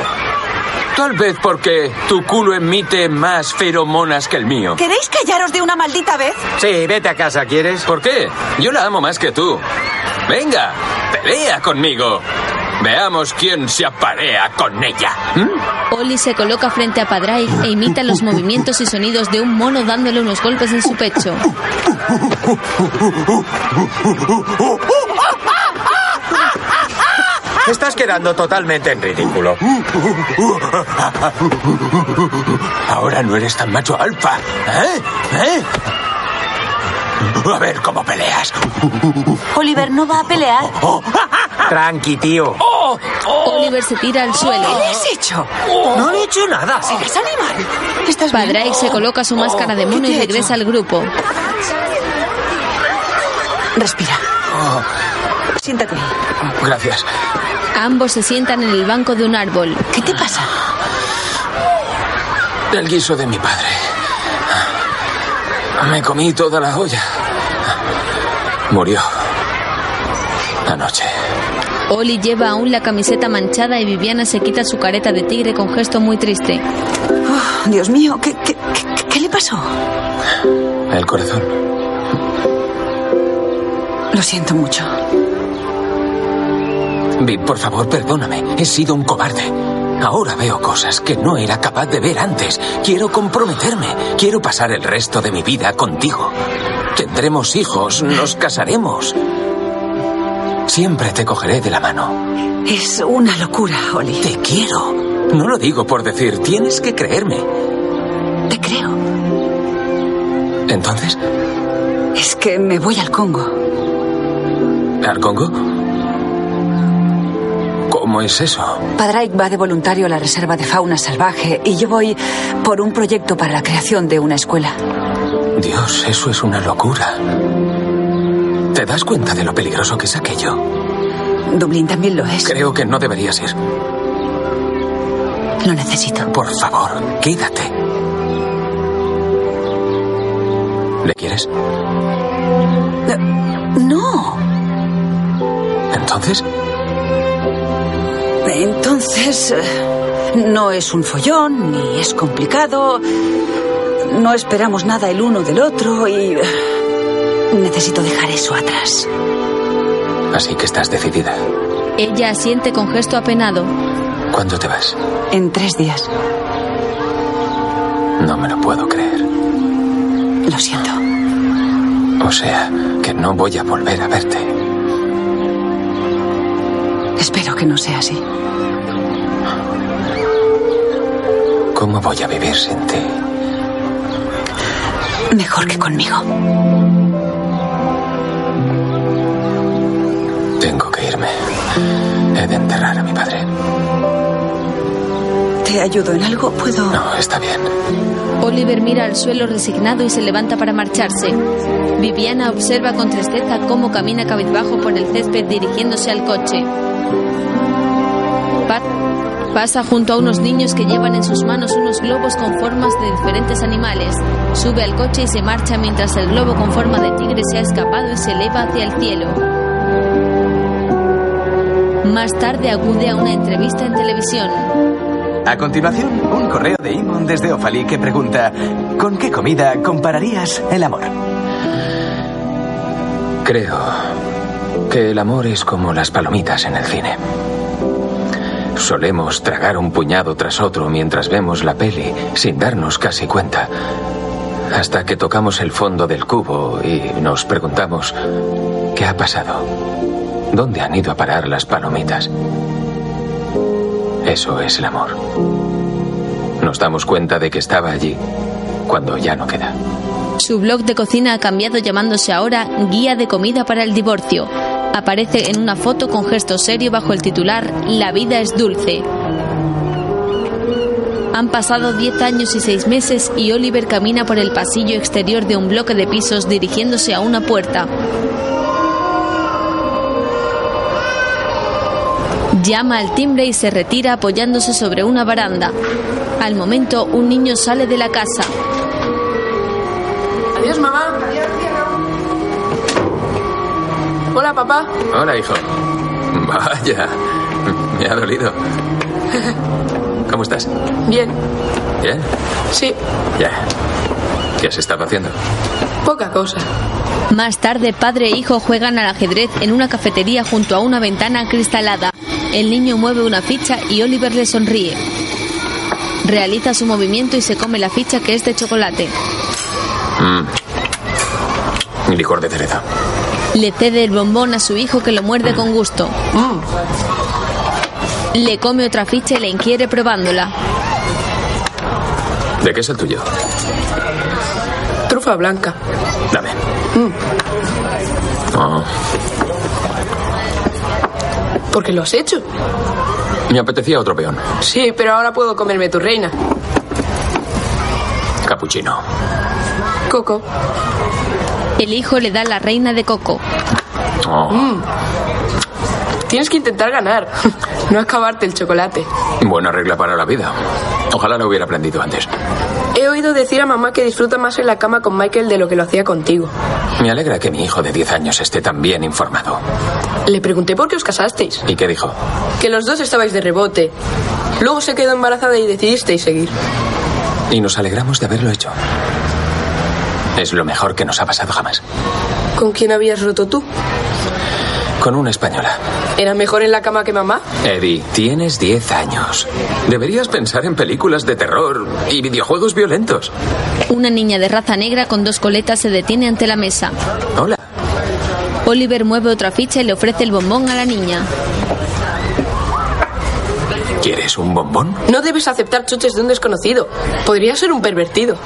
Speaker 6: Tal vez porque tu culo emite más feromonas que el mío.
Speaker 8: ¿Queréis callaros de una maldita vez?
Speaker 23: Sí, vete a casa, ¿quieres?
Speaker 6: ¿Por qué? Yo la amo más que tú. Venga, pelea conmigo. Veamos quién se aparea con ella.
Speaker 1: Oli se coloca frente a Padraig e imita los movimientos y sonidos de un mono dándole unos golpes en su pecho.
Speaker 6: Uh,
Speaker 23: Uh,
Speaker 10: Ah,
Speaker 23: Estás quedando totalmente en ridículo.
Speaker 29: Ahora no eres tan macho alfa. ¿Eh? ¿Eh? A ver cómo peleas.
Speaker 30: Oliver no va a pelear.
Speaker 6: Oh,
Speaker 23: Ah. Tranqui, tío.
Speaker 1: Oliver se tira al suelo.
Speaker 5: ¿Qué le has hecho?
Speaker 23: No he hecho nada.
Speaker 5: ¿Eres animal? ¿Estás bien?
Speaker 1: Padraig se coloca su máscara de mono
Speaker 5: ¿Qué te
Speaker 1: y
Speaker 5: he
Speaker 1: regresa al grupo.
Speaker 5: Respira.
Speaker 8: Siéntate.
Speaker 29: Gracias.
Speaker 1: Ambos se sientan en el banco de un árbol.
Speaker 5: ¿Qué te pasa?
Speaker 6: El guiso de mi padre. Me comí toda la olla. Murió. Anoche.
Speaker 1: Oli lleva aún la camiseta manchada y Viviana se quita su careta de tigre con gesto muy triste.
Speaker 8: Oh, Dios mío, ¿qué, qué, qué- qué le pasó?
Speaker 6: El corazón.
Speaker 8: Lo siento mucho.
Speaker 6: Viv, por favor, perdóname. He sido un cobarde. Ahora veo cosas que no era capaz de ver antes. Quiero comprometerme. Quiero pasar el resto de mi vida contigo. Tendremos hijos, nos casaremos. Siempre te cogeré de la mano.
Speaker 8: Es una locura, Oli.
Speaker 6: Te quiero. No lo digo por decir, tienes que creerme.
Speaker 8: Te creo.
Speaker 6: Entonces,
Speaker 8: Es que me voy al Congo.
Speaker 6: ¿al Congo? ¿Cómo es eso?
Speaker 8: Padraig va de voluntario a la reserva de fauna salvaje y yo voy por un proyecto para la creación de una escuela.
Speaker 6: Dios, eso es una locura. ¿Te das cuenta de lo peligroso que es aquello?
Speaker 8: Dublín también lo es.
Speaker 6: Creo que no deberías ir.
Speaker 8: Lo necesito.
Speaker 6: Por favor, quédate. ¿Le quieres?
Speaker 8: No.
Speaker 6: Entonces,
Speaker 8: Entonces, eh, no es un follón, ni es complicado. No esperamos nada el uno del otro y... eh, Necesito dejar eso atrás.
Speaker 6: así que estás decidida.
Speaker 1: Ella asiente con gesto apenado.
Speaker 6: ¿Cuándo te vas?
Speaker 8: En tres días.
Speaker 6: No me lo puedo creer.
Speaker 8: Lo siento.
Speaker 6: O sea, que no voy a volver a verte.
Speaker 8: Espero que no sea así.
Speaker 6: ¿Cómo voy a vivir sin ti?
Speaker 8: Mejor que conmigo.
Speaker 6: Tengo que irme. He de enterrar a mi padre.
Speaker 8: ¿Te ayudo en algo? ¿Puedo...?
Speaker 31: No, está bien.
Speaker 1: Oliver mira al suelo resignado y se levanta para marcharse. Viviana observa con tristeza cómo camina cabizbajo por el césped dirigiéndose al coche. Pat pasa junto a unos niños que llevan en sus manos unos globos con formas de diferentes animales. Sube al coche y se marcha mientras el globo con forma de tigre se ha escapado y se eleva hacia el cielo. Más tarde acude a una entrevista en televisión.
Speaker 32: A continuación, un correo de Imon desde Ofali que pregunta: ¿Con qué comida compararías el amor?
Speaker 6: Creo que el amor es como las palomitas en el cine. Solemos tragar un puñado tras otro mientras vemos la peli sin darnos casi cuenta. Hasta que tocamos el fondo del cubo y nos preguntamos, ¿qué ha pasado? ¿Dónde han ido a parar las palomitas? Eso es el amor. Nos damos cuenta de que estaba allí cuando ya no queda.
Speaker 1: Su blog de cocina ha cambiado llamándose ahora Guía de Comida para el Divorcio. Aparece en una foto con gesto serio bajo el titular La vida es dulce. Han pasado 10 años y 6 meses y Oliver camina por el pasillo exterior de un bloque de pisos dirigiéndose a una puerta. Llama al timbre y se retira apoyándose sobre una baranda. Al momento, un niño sale de la casa.
Speaker 7: Adiós, mamá. Adiós, Hola, papá.
Speaker 6: Hola, hijo. Vaya, me ha dolido. ¿Cómo estás?
Speaker 7: Bien.
Speaker 6: ¿Bien?
Speaker 7: Sí.
Speaker 6: Ya. ¿Qué has estado haciendo?
Speaker 7: Poca cosa.
Speaker 1: Más tarde, padre e hijo juegan al ajedrez en una cafetería junto a una ventana acristalada. El niño mueve una ficha y Oliver le sonríe. Realiza su movimiento y se come la ficha que es de chocolate.
Speaker 6: Mm. Licor de cereza.
Speaker 1: Le cede el bombón a su hijo que lo muerde con gusto. Mm. Le come otra ficha y le inquiere probándola.
Speaker 6: ¿De qué es el tuyo?
Speaker 7: Trufa blanca.
Speaker 6: Dame. Mm. Oh.
Speaker 7: ¿Por qué lo has hecho?
Speaker 6: Me apetecía otro peón.
Speaker 7: Sí, pero ahora puedo comerme tu reina.
Speaker 6: Capuchino.
Speaker 7: Coco.
Speaker 1: El hijo le da la reina de Coco.
Speaker 6: Oh. Mm.
Speaker 7: Tienes que intentar ganar, no acabarte el chocolate.
Speaker 6: Buena regla para la vida. Ojalá lo hubiera aprendido antes.
Speaker 7: He oído decir a mamá que disfruta más en la cama con Michael de lo que lo hacía contigo.
Speaker 6: Me alegra que mi hijo de 10 años esté tan bien informado.
Speaker 7: Le pregunté por qué os casasteis.
Speaker 6: ¿Y qué dijo?
Speaker 7: Que los dos estabais de rebote. Luego se quedó embarazada y decidisteis seguir.
Speaker 6: Y nos alegramos de haberlo hecho. Es lo mejor que nos ha pasado jamás.
Speaker 7: ¿Con quién habías roto tú?
Speaker 6: Con una española.
Speaker 7: ¿Era mejor en la cama que mamá?
Speaker 6: Eddie, tienes 10 años. Deberías pensar en películas de terror y videojuegos violentos.
Speaker 1: Una niña de raza negra con dos coletas se detiene ante la mesa.
Speaker 6: Hola.
Speaker 1: Oliver mueve otra ficha y le ofrece el bombón a la niña.
Speaker 6: ¿Quieres un bombón?
Speaker 7: No debes aceptar chuches de un desconocido. Podría ser un pervertido.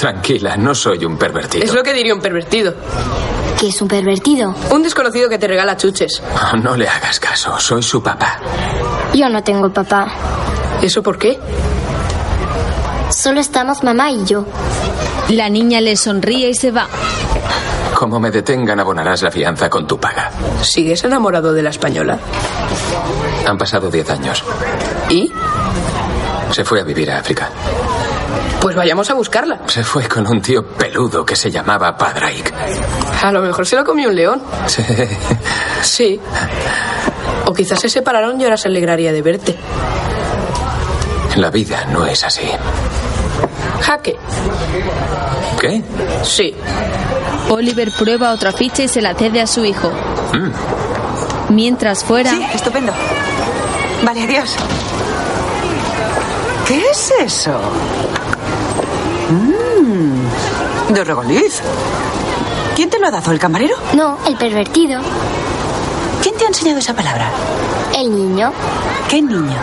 Speaker 6: Tranquila, no soy un pervertido.
Speaker 7: Es lo que diría un pervertido.
Speaker 33: ¿Qué es un pervertido?
Speaker 7: Un desconocido que te regala chuches.
Speaker 6: Oh, no le hagas caso, soy su papá.
Speaker 33: Yo no tengo papá.
Speaker 7: ¿Eso por qué?
Speaker 33: Solo estamos mamá y yo.
Speaker 1: La niña le sonríe y se va.
Speaker 6: Como me detengan, abonarás la fianza con tu paga.
Speaker 7: ¿Sigues enamorado de la española?
Speaker 6: Han pasado diez años.
Speaker 7: ¿Y?
Speaker 6: Se fue a vivir a África.
Speaker 7: Pues vayamos a buscarla.
Speaker 6: Se fue con un tío peludo que se llamaba Padraic.
Speaker 7: A lo mejor se lo comió un león.
Speaker 6: Sí.
Speaker 7: Sí. O quizás se separaron y ahora se alegraría de verte.
Speaker 6: La vida no es así.
Speaker 7: Jaque.
Speaker 6: ¿Qué?
Speaker 7: Sí.
Speaker 1: Oliver prueba otra ficha y se la cede a su hijo.
Speaker 6: Mm.
Speaker 1: Mientras fuera.
Speaker 8: Sí, estupendo. Vale, adiós. ¿Qué es eso? Mmm. De regaliz. ¿Quién te lo ha dado? ¿El camarero?
Speaker 33: No, el pervertido.
Speaker 8: ¿Quién te ha enseñado esa palabra?
Speaker 33: El niño.
Speaker 8: ¿Qué niño?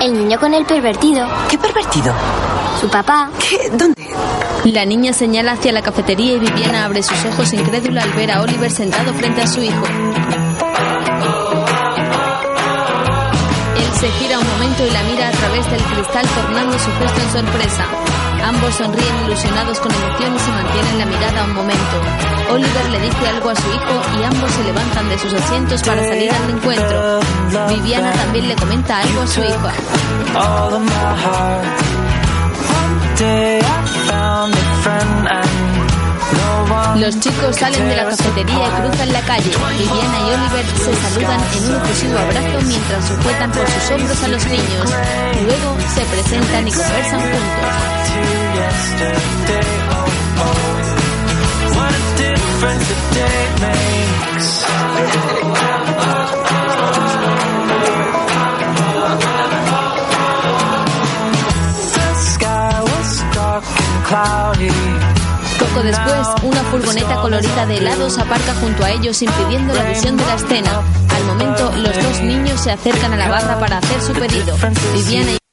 Speaker 33: El niño con el pervertido.
Speaker 8: ¿Qué pervertido?
Speaker 33: Su papá.
Speaker 8: ¿Qué? ¿Dónde?
Speaker 1: La niña señala hacia la cafetería y Viviana abre sus ojos incrédula al ver a Oliver sentado frente a su hijo. Se gira un momento y la mira a través del cristal tornando su gesto en sorpresa. Ambos sonríen ilusionados con emoción y se mantienen la mirada un momento. Oliver le dice algo a su hijo y ambos se levantan de sus asientos para salir al encuentro. Viviana también le comenta algo a su hija. Los chicos salen de la cafetería y cruzan la calle. Viviana y Oliver se saludan en un efusivo abrazo mientras sujetan por sus hombros a los niños. Luego se presentan y conversan
Speaker 3: Oh,
Speaker 1: juntos. Poco después, una furgoneta colorida de helados aparca junto a ellos impidiendo la visión de la escena. Al momento, los dos niños se acercan a la barra para hacer su pedido. Viviana y